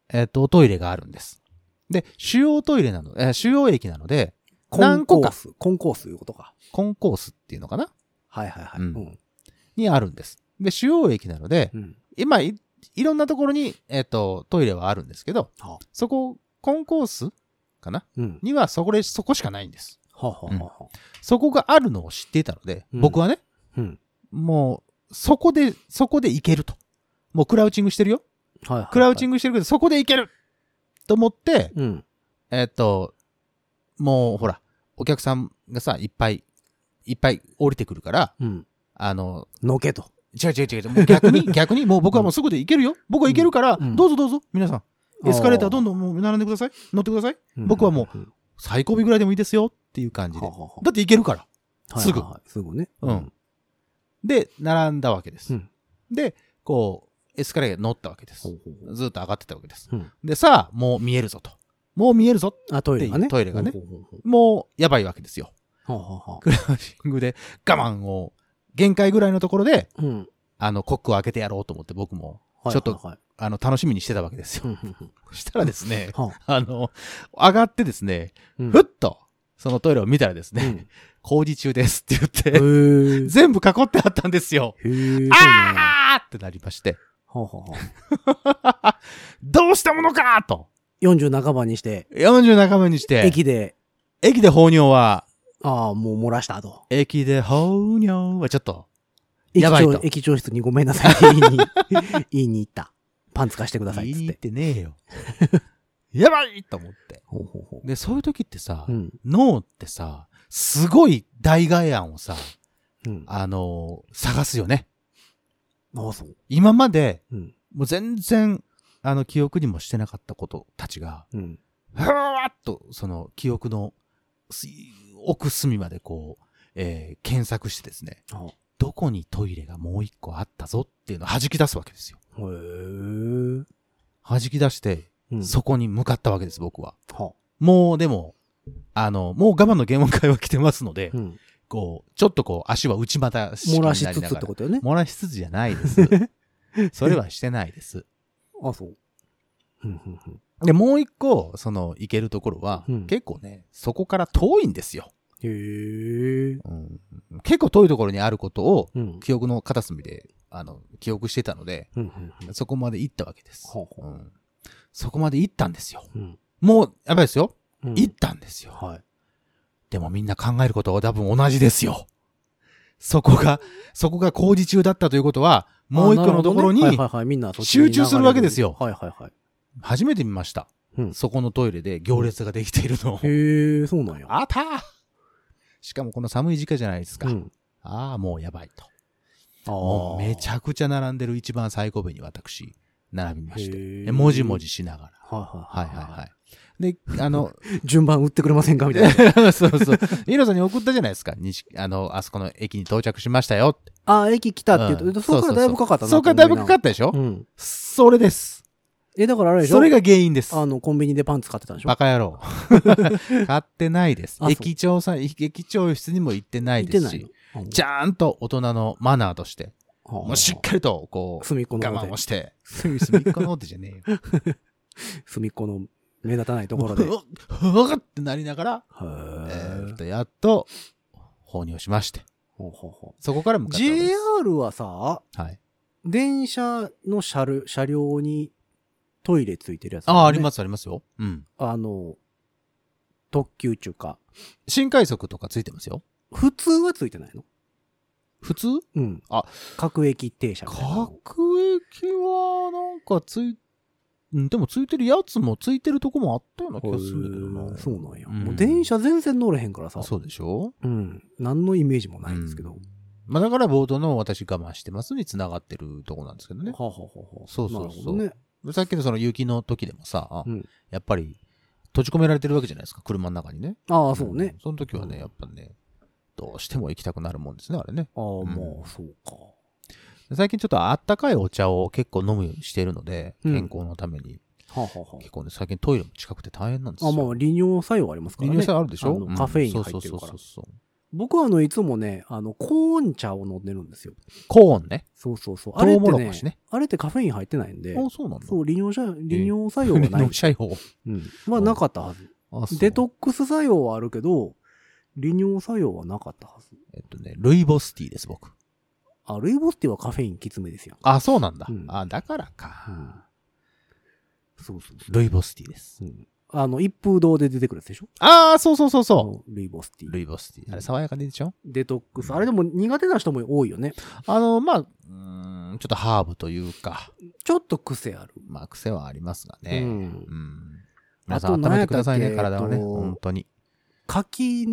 えーっと、おトイレがあるんです。で、主要トイレなの、えー主要駅なので、
コン
何個
コ
か
ース。コンコースいうことか。
コンコースっていうのかな
はいはいはい。う
うん
ん。
にあるんです。で、主要駅なので、
うん。
今い、いろんなところに、えっ、と、トイレはあるんですけど、
はあ
そこ、コンコースかな
うん。
には、そこで、そこしかないんです。
はあはあはあはあ。
そこがあるのを知っていたので、
うん
僕はね、
うん。
もう、そこで、そこで行けると。もうクラウチングしてるよ。
はいはいはい。
クラウチン
グ。
グしてるけど、そこで行けると思って、
うん。
えっ、と、もう、ほら、お客さんがさ、いっぱい、いっぱい降りてくるから、
うん。
あの、
のけと。
違う違う違う。もう逆
*laughs*
に、逆に、もう僕はもうすぐで行けるよ。僕は行けるから、
うん
どうぞどうぞ、皆さん。エスカレーターどん
どん。
どんもう並んでください。乗ってください。僕はも
うん、
最後尾ぐらいでもいいですよっていう感じで。
はあはあはあ
だって行けるから。すぐ
はいはいはいすぐね。
うん。で、並んだわけです。
うん
で、こう、エスカレーターに乗ったわけです
ほ。うほうほう
ずっと上がってたわけです。
うん
で、さあ、もう見えるぞと。もう見えるぞ。
あ、トイレがね。
トイレがね
ほうほうほう
もう、やばいわけで
*laughs*
すよ。
ほうはあはあは
クラウシングで我慢を、限界ぐらいのところで、
あうん。
あの、コックを開けてやろうと思って僕も、
はい
ちょっと
はいはい
あの、楽しみにしてたわけですよ。
うんうんうん
そしたらですね、 *laughs*
はあ
あの、上がってですね、
うん
ふっと、そのトイレを見たらです
う
ね、
ん
工事中ですって
へ
言って、
ー
全部囲ってあったんですよ。
へーそうなんや
あーってなりまして、
はあはあはあ
どうしたものかと。
40半ばにして、
40仲間にして、駅
駅で、
で放尿は、
ああ、もう漏らしたと。
駅で放尿はちょっと、
駅
やばい
長
と、
駅長室にごめんなさいって言い
*laughs*
に、言いに行った。パンツ貸してくださいっ
言
つ
い
っ。
に行っててねえ
*laughs*
よ。やばいと思って。
ほうほうほ
で、そういう時ってさ、
う。うん。
脳ってさ、すごい代替案をさ、
うん。あ
あのー探すよね。
あ、そう。
今まで、
うん。
もう全然、あの、記憶にもしてなかったことたちが、
うん。
ふわーっと、その、記憶のす奥隅までこう、えー検索してですね、
あへ
どこにトイレがもう一個あったぞっていうのを弾き出すわけですよ。
え。うん。
弾き出して、そこに向かったわけです、僕は。
は
もう、でも、あの、もう我慢の原音会は来てますので
あ。、うん。
こう、ちょっとこう、足は内股式に
漏
な
ら
り
し
ながら
つつってことよね。
漏らしつつじゃな
*laughs*
いです。それはしてないです。
あ、そう。うん、うん、うん。
で、もう一個、その、行けるところは、
うん
結構ね、そこから遠いんですよ、
へえ。
うん結構遠いところにあることを、
うん。
記憶の片隅で、あの、記憶してたので、
うん、うん、うん。
そこまで行ったわけです。
ほう
う
ほ
んそこまで行ったんですよ。
う。うん。
もう、やばいですよ。
うん
行ったんですよ。
はい。
でもみんな考えることは多分同じですよ。そこが、そこが工事中だったということは、もう一個のところに
あなるほどねはいはいはいみんなそっちに流れる
集中するわけですよ
はいはいはい。
初めて見ました。
うん
そこのトイレで行列ができているのを。
へえ、そうなんや。
あったーしかもこの寒い時期じゃないですか。
うん。
ああ、もうやばいと。
あ
も
あ。
うめちゃくちゃ並んでる一番最後尾に私、並びまして
へー
え。もじもじしながら。
は
はいい
はい
は
はいい。は
はい。で、
*laughs*
あの、
い、順番売ってくれませんかみたいな。
そうそう。イロさんに送ったじゃないですか。西あの、あそこの駅に到着しましたよって。
*laughs* ああ、駅来たって言うと、
ん
そこからだいぶかかったな
そうそうそうそこからだいぶかか
っ
ったでしょ、
うん。
それです。
え、だからあれでしょ
それが原因です。
あの、コンビニでパンツ買ってたんでしょ
バカ
*laughs*
野郎。買ってないです
あ。そう
駅長さん、駅長室にも行ってない
行って
です
な
し。
いの
ち
ゃ
ゃんと大人のマナーとして、
あ、も
もうしっかりと、こう、
隅っこの
我
方
慢
で
を、して、隅隅っこのってじゃねえよ。
隅っこの目立たないところ
*laughs*
で。へ
うわっってなりながら、えーっ
ー
と、やっと、放尿しまして。
ほうほうほう
そこから向かったんです。
JR はさ、
はい。
電車の車両車両にトイレついてるやつ、。
ああ、ありますす、ありますよ。うん。
あの、特急っていうか、
新快速とかついてますよ。
普通はついてないの
普通
うん。
あ、
各駅停車みたいなの。
各駅は、なんかつい、うんでもついてるやつもついてるとこもあったような気がするんだけどな。
そうなんや。
うん
もう電車全然乗れへんからさ。
そうでしょ
うん。何のイメージもないんですけど。
うんまあだから冒頭の私我慢してますに繋がってるとこなんですけどね
は。あ、はあはあはあ、
そうそうそう
なる
さっきのその雪の時でもさ、
うん
やっぱり閉じ込められてるわけじゃないですか、車の中にね。
ほどね。ああ、そうね
ん。。その時はね、やっぱね、どうしても行きたくなるもんですね、あれね。
ああ、
ん
まあ、そうか。
最近ちょっとあったかいお茶を結構飲むようにしているので、
うん
健康のために。
はあ、はあは
結構ね、最近トイレも近くて大変なんです
あ、
よ。
あ、まあ、利尿作用ありますから
利
ね。
尿性あるでしょ
あの
うん
カフェイン入ってるから
そうそうそうそう。
僕は、あの、いつもね、あの、コーン茶を飲んでるんですよ。
コーンね。
そうそうそう。あ
ト
れっ
ウ
て
モロ
ね、
コシね
あれってカフェイン入ってないんで、
あ、そうなん
*laughs*
だ。
そう、利尿者、利尿作用がな
利
い
尿。作用
うん。まあ、なかったはず。
あそう
デトックス作用はあるけど、利尿作用はなかったはず。
えっとね、ルイボスティーです、僕。
あ、ルイボスティーはカフェインきつめですよ。
あ、そうなんだ。
うん
あ、だからか。
そうそうそう。
ルイボスティーです。
うんあの、一風堂で出てくるやつでしょ
ああ、そうそうそうそう。
う。ルイボスティー。
ルイボスティー。あれ、爽やかでいいでしょ
デトックス。あれでも苦手な人も多いよね。
あの、まあ、うーん、ちょっとハーブというか、
ちょっと癖ある。
まあ、癖はありますがね。
ん
う。ん。皆さ
あと
ん、温めてください
何
ね、
やったっけ
体はね。
えっと
本当に。
柿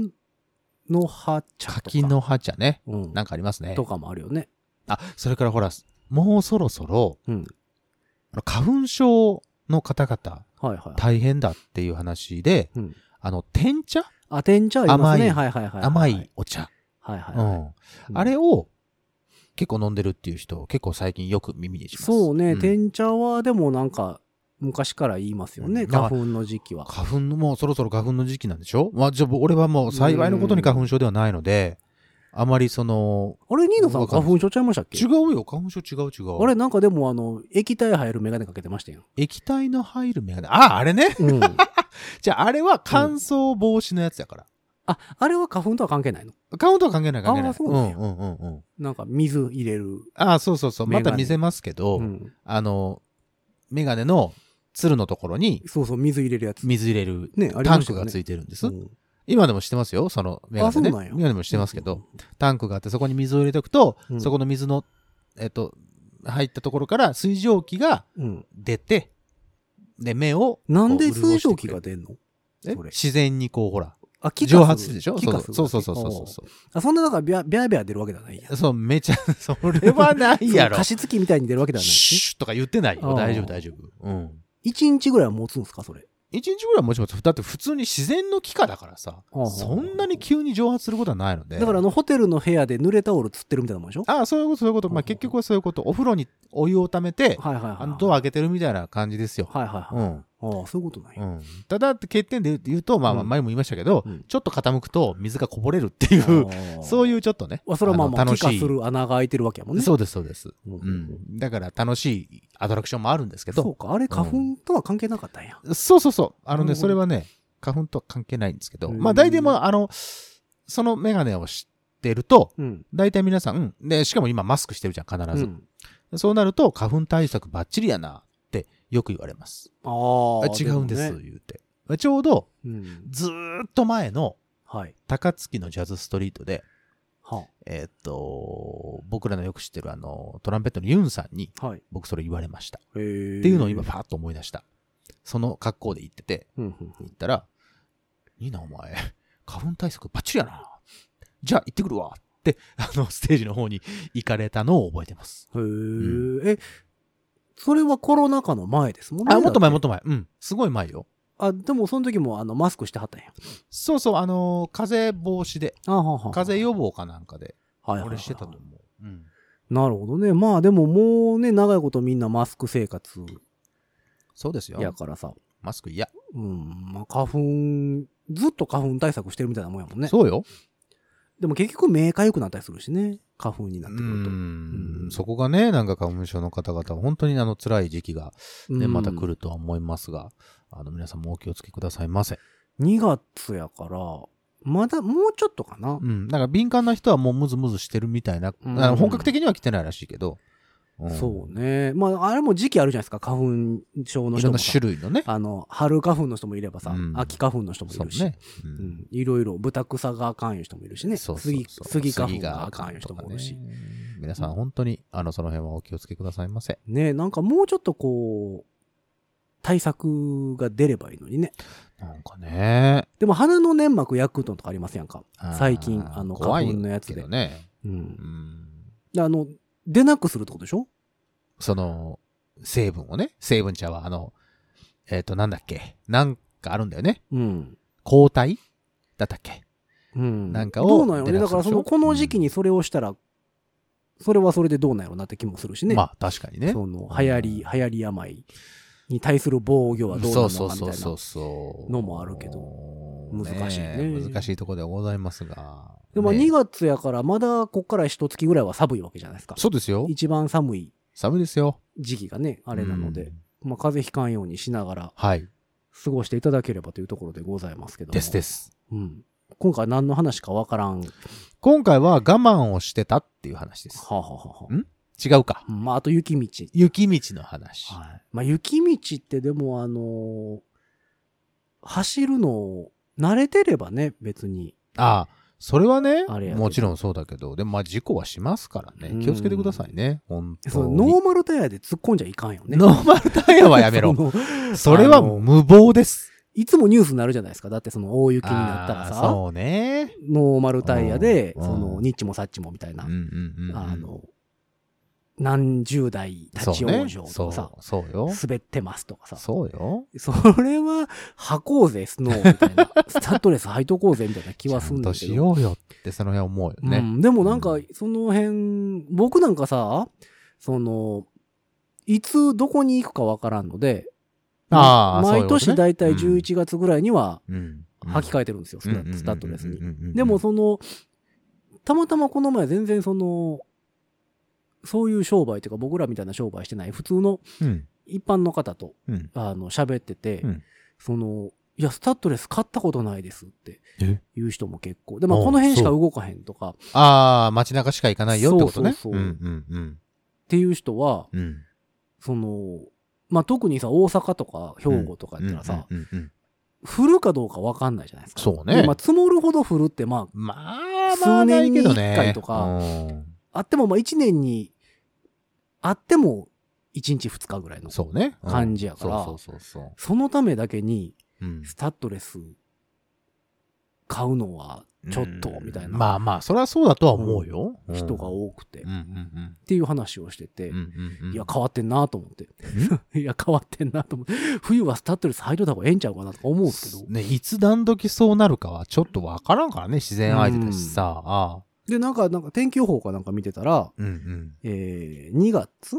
の葉茶とか。
柿の葉茶ね。
うん。
なんかありますね
と。かもあるよね。
あ、それからほら、もうそろそろ、
うん。
あの花粉症の方々、
はいはい。
大変だっていう話で、
うん。
あの、天茶
あ、天茶ありますね。
甘
はいはいはいはい。
甘い。お茶。
はいはいうはい。
ん。あれを、結構飲んでるっていう人、結構最近よく耳にします。
そうね、
ん
天茶はでもなんか、昔から言いますよね、
うん
花粉の時期は。
花粉の、もうそろそろ花粉の時期なんでしょまあ、じゃあ俺はもう幸いのことに花粉症ではないので、あまりその、
あれ、ニーナさん
わかん
花
ない
粉症ちゃいましたっけ
違うよ、花粉症違う違う。
あれ、なんかでも、あの、液体入るメガネかけてましたよ。
液体の入るメガネ。ああ、あれね。
うん。
じゃあ、あれは乾燥防止のやつだから。
あ、あれは花粉とは関係ないの
カウントは関係ない関係ない。
あーそう
う
なんんや
うんうんうん。
なんか水入れる。
ああ、そうそうそう。ま
メガ
た
ネ
見せますけど、
うん。
あの、メガネのつるのところに
そうそう、水入れるやつ。
水入れる
ね、あり
タ
ま
ン
した
ク
よ
が
ね
ついてるんです。
うん
今でもしてますよ、そのメガ
あそう
ネ
なん
ね。
や
今でもしてますけど、タンクがあって、そこに水を入れておくと、
うん
そこの水の、えっと、入ったところから水蒸気が
うん。
出て、で、目を、
なんで
こう潤
水
して
蒸
く
気
れ
が
る
出んの
え
それ
自然にこう、ほら、
あ、気化する
蒸発するでしょ
気化する。
そうそうそうそうそうそう
あ、そんななんかビャ、ビャービャー出るわけじゃないや
う。そう、めちゃ、それはないやろ
加。湿器みたいに出るわけではないし、ね。
シュッとか言ってない
あ
よ。
ー
大丈夫、大丈夫。うん。
一日ぐらいは持つんですか、それ。
一日ぐらいもちもち、だって普通に自然の気化だからさ、
あー
そんなに急に蒸発することはないので。
だからあの、ホテルの部屋で濡れタオルつってるみたいなもんでしょ
ああ、そういうこと、そういうこと。まあ、結局はそういうこと。お風呂にお湯をためて、
はいはいはい。
あのドア開けてるみたいな感じですよ。
はいはいはい。
うん。
ああ、そういうことなん
う
や。
ん。ただ、欠点で言うと、まあまあ、
うん
前も言いましたけど、
うん
ちょっと傾くと水がこぼれるっていう、そう
いう。
いうちょっとね。
あそれはまあまあ、
の
気化す。る穴が開いてるわけやもんね。
そうです、そうです。
う。
うんん。だから、楽しいアトラクションもあるんですけ
そう
ど、
か、あれ花粉とは関係なかったんや。
そうそうそう。あ
な
のね、
るほど
それはね、花粉とは関係ないんですけど、
うん
まあ、大体もう、あの、そのメガネを知ってると、
うん。
大体皆さん、うんで、しかも今マスクしてるじゃん、必ず。
うん
そうなると、花粉対策バッチリやなってよく言われます。
ああ。
違うんです、
もね
言うて。ちょうど、
うん。
ずーっと前の
はい。
高槻のジャズストリートで、
は
えーっと、僕らのよく知ってるあの、トランペットのユンさんに、
あはい。
僕それ言われました。っ
って
て
い
いうのを今、パーッと思い出した。その格好で言ってて、
うんうんうん
言ったら、いいな、お前。花粉対策バッチリやな。じゃあ、行ってくるわ。って、あの、ステージの方に行かれたのを覚えてます。
へえ、え、それはコロナ禍の前ですもんね。
あ、もっと前、もっ
と。
と前。うん。すごい前よ。
あ、でもその時もあのマスクしてはったんや。
そうそう、あのー風邪防止で、
あははは
風邪予防かなんかで、
はいはいはい
俺してたと思う。うん
なるほどね。まあでももうね、長いことみんなマスク生活
そうです
や
よ。
からさ。
マスク嫌。
うん、まあ花粉、ずっと花粉対策してるみたいなもんやもんね。
そうよ。
でも結局目かゆくなったりするしね。花粉にな
う
ってくると。
ん
うん
そこがね、なんか花粉症の方々は本当にあの辛い時期がね、
うん
また来るとは思いますが、あの皆さんもお気をつけくださいませ。
2月やから、まだもうちょっとかな
う。ん。なんか敏感な人はもうムズムズしてるみたいな、
うん
あの本格的には来てないらしいけど、うん
そうね。まああれも時期あるじゃないですか。花粉症の
い
人
ろ
も
んな
さ。
種類のね。
あの、春花粉の人もいればさ、
うん
秋花粉の人もい
そう
るし、
ね。う
うんん、いろいろ、ブタクサがあかんいう人もいるしね、
そうそうそう
杉杉花粉
杉
が
が
あかんいう人もいるし、
と
ね
かね皆さん本当に、あの、その辺はお気をつけくださいませ。
なんかもうちょっとこう、対策が出ればいいのにね。
なんかね。
でも鼻の粘膜焼くのとかありますやんか
あ。ー
最近、あの、
怖い
花粉のやつ
け
で。
どね。
う。
うんん。
であの、出なくするってことでしょ
その、成分をね。成分茶は、あの、えっ、と、なんだっけ。なんかあるんだよね。
うん。
抗体だったっけ。
うん。
なんかを
どうなんやろ
出
ね。だ
なくす
から
るでしょ
その、この時期にそれをしたら、それはそれでどうなんやろなって気もするしね。
まあ、確かにね。
その流行り、流行り病に対する防御はどうな
そ
の
うそう
かみたいう
そ
な
そうそう。
のもあるけど難しいね
え難しいところではございますが。
でも
ね
2月やからまだこっから1月ぐらいは寒いわけじゃないですか
そうですよ。
一番寒い
寒いですよ。
時期がねあれなので、
うん
まあ、風邪ひかんようにしながら
はい。
過ごしていただければというところでございますけども
ですです。
うん、今回何の話かわからんは
今回は我慢をしてたっていう話です。
あ、はあはあ
ん違うか。
うんまあ、あと雪道、
雪道の話。
はいまあ、雪道ってでもあのー走るの慣れてればね別に
ああ、それはね
あれやけ、ど
もちろんそうだけど、でもまあ事故はしますから
う
ね。
ん
気をつけてくださいね。本
その
当に。
ノーマルタイヤで突っ込んじゃいかんよね。
ノーマルタイヤはやめ
*laughs*
ろ
そ。の
それは無謀です。
いつもニュースになるじゃないですか。だってその大雪になったら
あー
さ、
そうね。
ノーマルタイヤで、
うん
そのニッチもサッチもみたいな、
うんうんうんうん
あの、何十代立ち往生とかさ、
そうねそうそうよ。
滑ってますとかさ、
そうよ。
それは履こうぜ、スノーみたい
*laughs*
な、スタッドレス履いとこうぜみたいな気はするんだ
ち
け
ゃんとし
ど。
ようよってその辺思うよ
う
ね。
ん、でもなんか
うん、
その辺、僕なんかさ、その、いつどこに行くかわからんので、
ああ、そうい
毎
うことね
年だいたい
うん
11月ぐらいには
うん。
履き
え
替えてるんですよ、スタスタッドレスに。
に
でも、その、たまたまこの前全然その、そういう商売というか僕らみたいな商売してない普通の
うん。
一般の方と、
うん。
あの、喋ってて、
うん
その、いや、スタッドレス買ったことないですって
え
言う人も結構。で、まあ、
ああ
この辺しか
そう
動かへんとかっ
ああ、街中しか行かないよってことね。
そうそうそう
うんうん
ていう人は、
うん。うん。
その、まあ、特にさ、大阪とか兵庫とかやったらさ、
うんうんうんうん
降るかどうかわかんないじゃないですか。
そうね
でまあ、積もるほど降るって、ま
まあ、まあ、ないけど
数
ね。
年に一回とか
うん
あ、あっても、まあ、1年に、あっても、1日2日ぐらいの。
そうね。うん
感じやから
そうそうそうそ
そのためだけに、
う。うん
スタッドレス、買うのは、ちょっと、みたい
ま
な
あまあ、それはそうだとは思うよ。
人が
い。
多くて、
うんう
っ
ん
ていう話をしてて
うん。う、んうんうん。
いや、変わってんなと思って。 *laughs* いや、変わってんなと思って。冬はスタッドレス入りた方がええんちゃうかなとか思うんですけど。
ね、いつ何時そうなるかはちょっとわからんからね、自然相手だしさ。ああ
で、なんか、なんか天気予報かなんか見てたら、
うん
えー、2月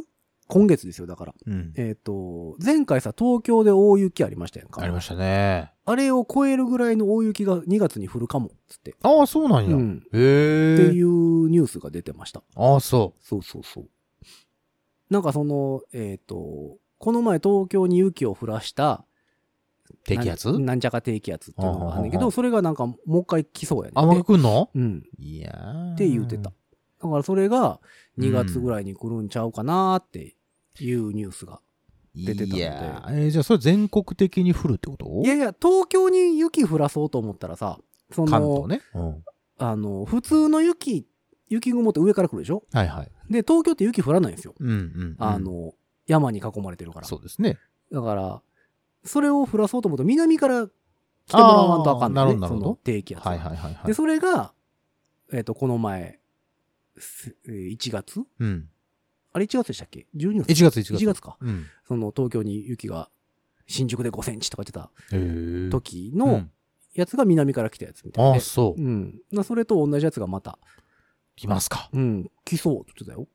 今月ですよ、だから。
うん。うん。
えっ、と、前回さ、東京で大雪ありましたやんか。
ありましたね。
あれを超えるぐらいの大雪が2月に降るかも、つって。
ああ、そうなん
う
や。
ん。
へ
って
え。
いうニュースが出てました。
ああ、そ
そうそうそう。なんかその、えっ、と、この前東京に雪を降らした、
う。低気圧
なんなんちゃか低気圧っていうのがあるんだけ
あはは
ど、
は
それがなんかもう一回来そうやねんて。
甘くくんの
うん。
いやー
って言うてた。。だからそれが2月ぐらいに来るんちゃうかなーっていうニュースが。出てたので
いやーえーじゃあそれ全国的に降るってこと
いやいや、東京に雪降らそうと思ったらさ、そ
関東
の、
ね。うん。
あの、普通の雪、雪雲って上から来るでしょ
はいはい。
で、東京って雪降らないんですよ。
うんうん。
あ、の、山に囲まれてるから。
そうですね。
だから、それを降らそうと思うと南から来てもらわんとあかんねんね
あーなるほどなるほど
その低気圧が。
はいはいはいは
で、
い。
それが、えっ、と、この前、すえー1月
うん。
あれ1月でしたっけ ?12 月
1月
1
1月。
月か。
うん。
その東京に雪が新宿で5センチとか言ってた
へえ。
時
う
の
ん
やつが南から来たやつみたい
あ
な
あ、
で。
そう。
うん。なそれと同じやつがまた、
来ますか。
うん、来そうって言ってたよ。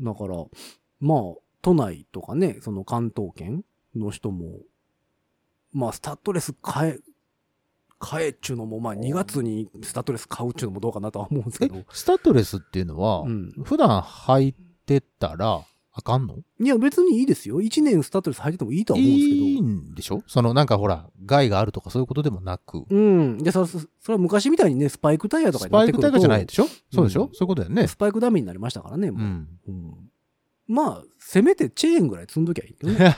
だから、まあ、都内とかね、その関東圏の人も、まあ、スタッドレス買え、買えっちゅうのも、まあ、2月にスタッドレス買うっちゅうのもどうかなとは思うんですけ
え
ど。、
スタッドレスっていうのは
う、ん。
普段履いてたら、あかんの
いや、別にいいですよ。1年スタッドレス履いててもいいとは思うんですけど。
いいんでしょそのなんかほら、害があるとかそういうことでもなく。
うん。で、そ、そそれは昔みたいにね、スパイクタイヤとか
ス
にな
パ
って
イ
くる
クタ
と
イガーじゃないでしょそうでしょ、
うん
そういうことだよね
ス。パイクダミーになりましたからね、
う
もう。
ん。 *laughs*
うんまあ、せめてチェーンぐらい積んどきゃいいけどね。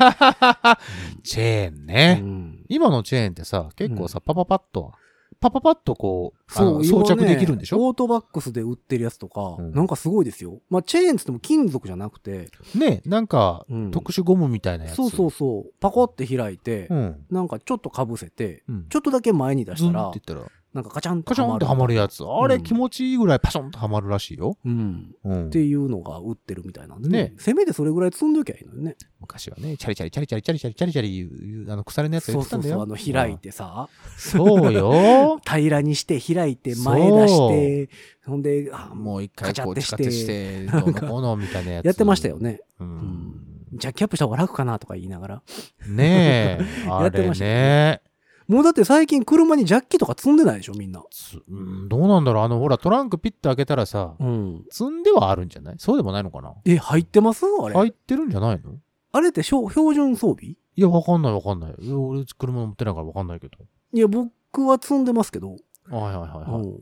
チェーン
う
ね、
ん
今のチェーンってさ、結構さ、パパパッと、パパパッとこう、あの
今
装着できるんでし
ね
ょ
オートバックスで売ってるやつとか、
うん
なんかすごいですよ。まあ、チェーンつっても金属じゃなくて、
ねなんか、
うん
特殊ゴムみたいなやつ。
そうそうそう、パコって開いて、
うん。
なんかちょっとかぶせて、
うん。
ちょっとだけ前に出
ズ
し
ン
た
っ
ら
て、言ったら、
なんかカチャン
カチョンってはまるやつ。あ
う
れ
ん
気持ちいいぐらいパションとはまるらしいよ。
うん。
うん
っていうのが売ってるみたいなんでね。
ね
せめてそれぐらい積んどきゃいいのにね。
昔はね、チャリチャリチャリチャリチャリチャリチャリチャリいう、あの、腐れのやつ
そ
言
う
ってた
そう
んだ
そう、
よ。
あの、開いてさ、
そうよ。
平らにして、開いて、前出して、ほんで、あ
もう一回こう、
カ
地
チャ
下
って
鉄
し
して、どうのこうのみたいなやつ。
やってましたよ。ね。
うん。
ジャッキアップした方が楽かなとか言いながら。
ねえ、
や
あ
って
れ
ましたよ
ね。
もうだって最近車にジャッキとか積んでないでしょ、みんな。
つうんどうなんだろうあの、ほら、トランクピッて開けたらさ、
うん。
積んではあるんじゃないそうでもないのかな
え、入ってますあれ。
入ってるんじゃないの
あれってしょ標準装備
いや、わかんないわかんない。いや俺、車乗ってないからわかんないけど。
いや、僕は積んでますけど。
はいはいはいは
う
い。
ん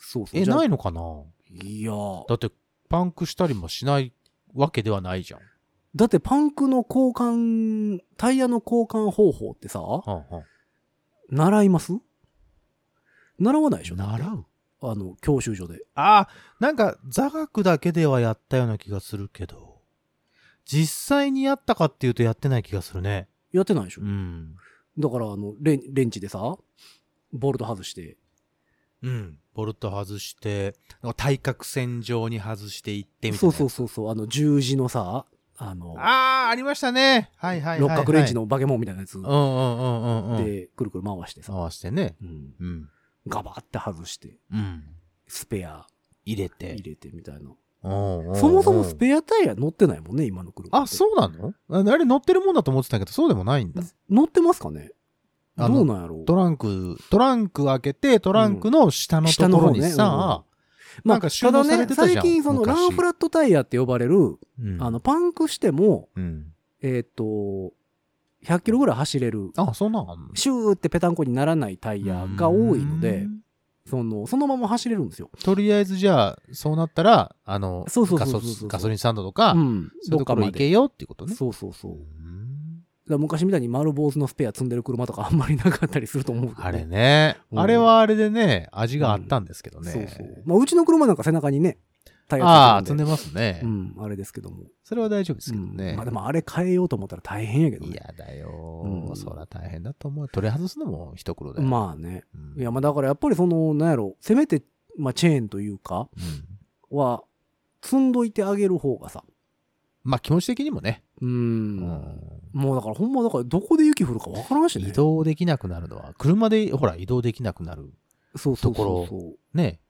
そうそう。
え、
じゃあ
ないのかない
やー
だって、パンクしたりもしないわけではないじゃん。
だってパンクの交換、タイヤの交換方法ってさ、
はんはん
習います習わないでしょ
習う
あの、教習所で。
ああ、なんか座学だけではやったような気がするけど、実際にやったかっていうとやってない気がするね。
やってないでしょ、
ん。
だから、あの、レン、レンチでさ、ボルト外して、
うん。ボルト外して、なんか対角線上に外していってみたい
そ
な。
うそうそうそう、あの、十字のさ、あの、
ああ、ありましたね。はいはいはい、
六
はい。
角レンチ。のバケモンみたいなやつ
うんうんうんうんうん。
で、くるくる回してさ、
合わせてね。
うん
うん。
ガバって外して、
うん。
スペア
入れて。
入れてみたいな。
そ
そもそもスペアタイヤ乗ってないもんね、今の車って。
あ、そうなのああれ乗ってるもんだと思ってたけど、そうでもないんだ。
乗ってますかね
あ
ど
の
うなんやろう
トランク、トランク開けて、トランクの下のところに
下の方
さ、
ま
なん
あ、
か
た
収
だ
納され
ね
て、たじゃ
最
ん
近そのラ
昔
ンフラットタイヤって呼ばれる、
うん
あの、パンクしても、
うん
えっ、と、100キロぐらい走れる、
あ、そんなんあんの
シューってペタンコにならないタイヤが多いの
う
で、
ん
その、そのまま走れるんですよ。
とりあえずじゃあ、そうなったら、あの、
そうそうそ
ガ
うそ
ソ
うそう
ガソリンスタンドとか、
うん。
そうい
どっ
うと
か
ころ
ま
行け
で。
よっていうことね。
そうそうそう。だ
う
か
ん
ら昔みたいに丸坊主のスペア積んでる車とかあんまりなかったりすると思うけどね、
あれね、
うん
あれはあれでね、味があったんですけどね。
そうそう。まあ、うちの車なんか背中にね、タイ
ああ
ヤ、
積んでますね、
うん、あれですけども。
それは大丈夫ですけど
う
ね。
んまあでもあれ変えようと思ったら大変やけど
い
ね。
やだよ、
うん
そら大変だと思う。取り外すのも一苦労だよ。
まあね。
うん
いや、まあだからやっぱりその、なんやろ、せめて、まあチェーンというか、
うん
は、積んどいてあげる方がさ。
まあ気持ち的にもね、
うー。
うん
もうだからほんまだからどこで雪降るかわからんしね。
移動できなくなるのは、車でほら移動できなくなる。
そうそうそう
と
そう。
ね、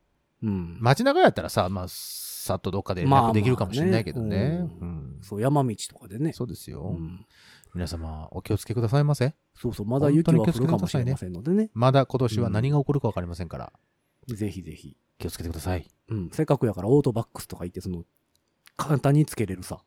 うん。
街中やったらさ、まあ、さっとどっかで
まあ
楽できるかもしれないけど
まあ
ね
ね。
う
うんそう、山道とかでね。
そうですよ、
うん。
皆様、お気をつけくださいませ。
そうそう、まだ雪は降るかもしれませんのでね。
まだ今年は何が起こるかわかりませんから、
ぜひぜひ。
気をつけてください。
うん、せっかくやからオートバックスとか言って、その、簡単につけれるさ、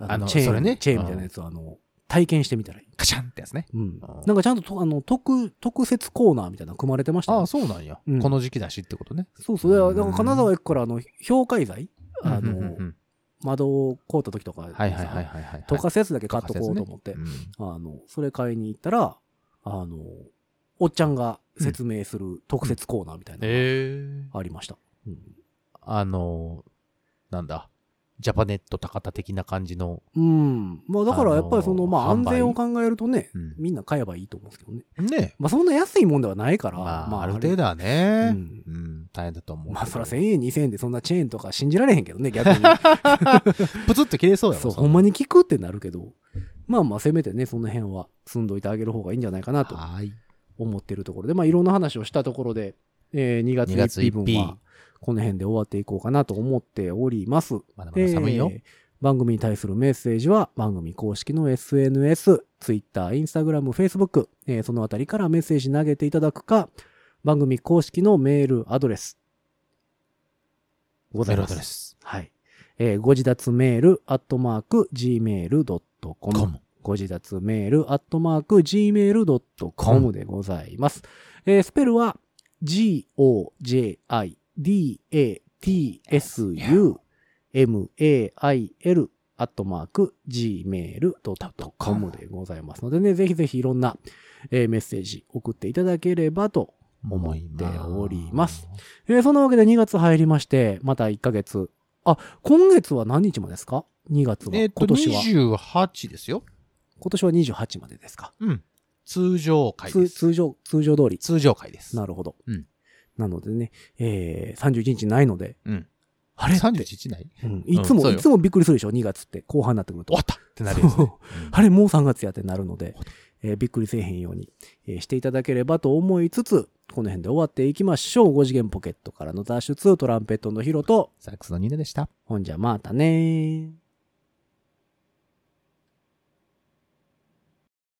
あ
あの、
の
チェ
そ
ー
れ
ン、
ね
チェーンみたいなやつを、あの、体験してみたらいい。
カシャンってやつね。
うん
あー。
なんかちゃんとと、あの、特、特設コーナーみたいなの組まれてましたよ
ああ、そうなんや、
うん
この時期だしってことね。
そうそう。だから、
うん
だから金沢行くから、あの、氷解剤あ
うんうんう
の
んう、ん
窓を凍った時とか、
はいはいはいはいはい。
溶かすやつだけ買っとこうと
溶かすやつね
思って
う、ん
あの、それ買いに行ったら、あの、おっちゃんが説明する特設コーナーみたいなの
ええ
がありました。うん
あの、なんだ、ジャパネット高田的な感じの、
うん。まあだからやっぱりそ
あの
の、まあ
販
安
売
全を考えるとね、
うん
みんな買えばいいと思うんですけどね。
ね
まあそんな安いもんではないから、
まあ、ある程度は
あれう
ね、
ん
うん、大変だと思うけど。
まあそら1000円2000円でそんなチェーンとか信じられへんけど
*laughs*
ね、逆に。
プツッと切れそうやもん
そう、
そ
ほんまに聞くってなるけど、まあまあせめてね、その辺は住んどいてあげる方がいいんじゃないかなと
はい。
思ってるところで、まあいろんな話をしたところで、えー2月
2月
1日分
1日
はこの辺で終わっていこうかなと思っております。
まだまだ寒いよ
え。ー番組に対するメッセージは番組公式の SNS、Twitter、Instagram、Facebook、えーそのあたりからメッセージ投げていただくか、番組公式のメールアドレス。ございます。
す。
はい。えーご自立メール、アットマーク、
コ
gmail.com。
ム。
ご自立メール、アットマーク、gmail.com でございます。えースペルは、g-o-j-i-d-a-t-s-u-m-a-i-l アットマーク、gmail.com でございますのでね、ぜひぜひいろんな、えーメッセージ送っていただければと思
思
っ
い
て
ます
おります。。えーそんなわけで2月入りまして、また1ヶ月。あ、今月は何日までですか ?2 月は。
えっと、
今年は。
28ですよ。
今年は28までですか。
うん。通常回で
通
す。
通常、通常通り。
通常回です。
なるほど。
うん
なのでね、えー、31日ないので、
うん。
あれって、
31日ない
うんいつも、
そうよ
いつもびっくりするでしょ ?2 月って、後半になってくると
終わ。ったってなるやつね。うん
あれもう3月やってなるので、えーびっくりせえへんように、えーしていただければと思いつつ、この辺で終わっていきましょう。5次元ポケットからの脱出、トランペットのヒロと、
サックスのニーナでした。
ほんじゃまたねー。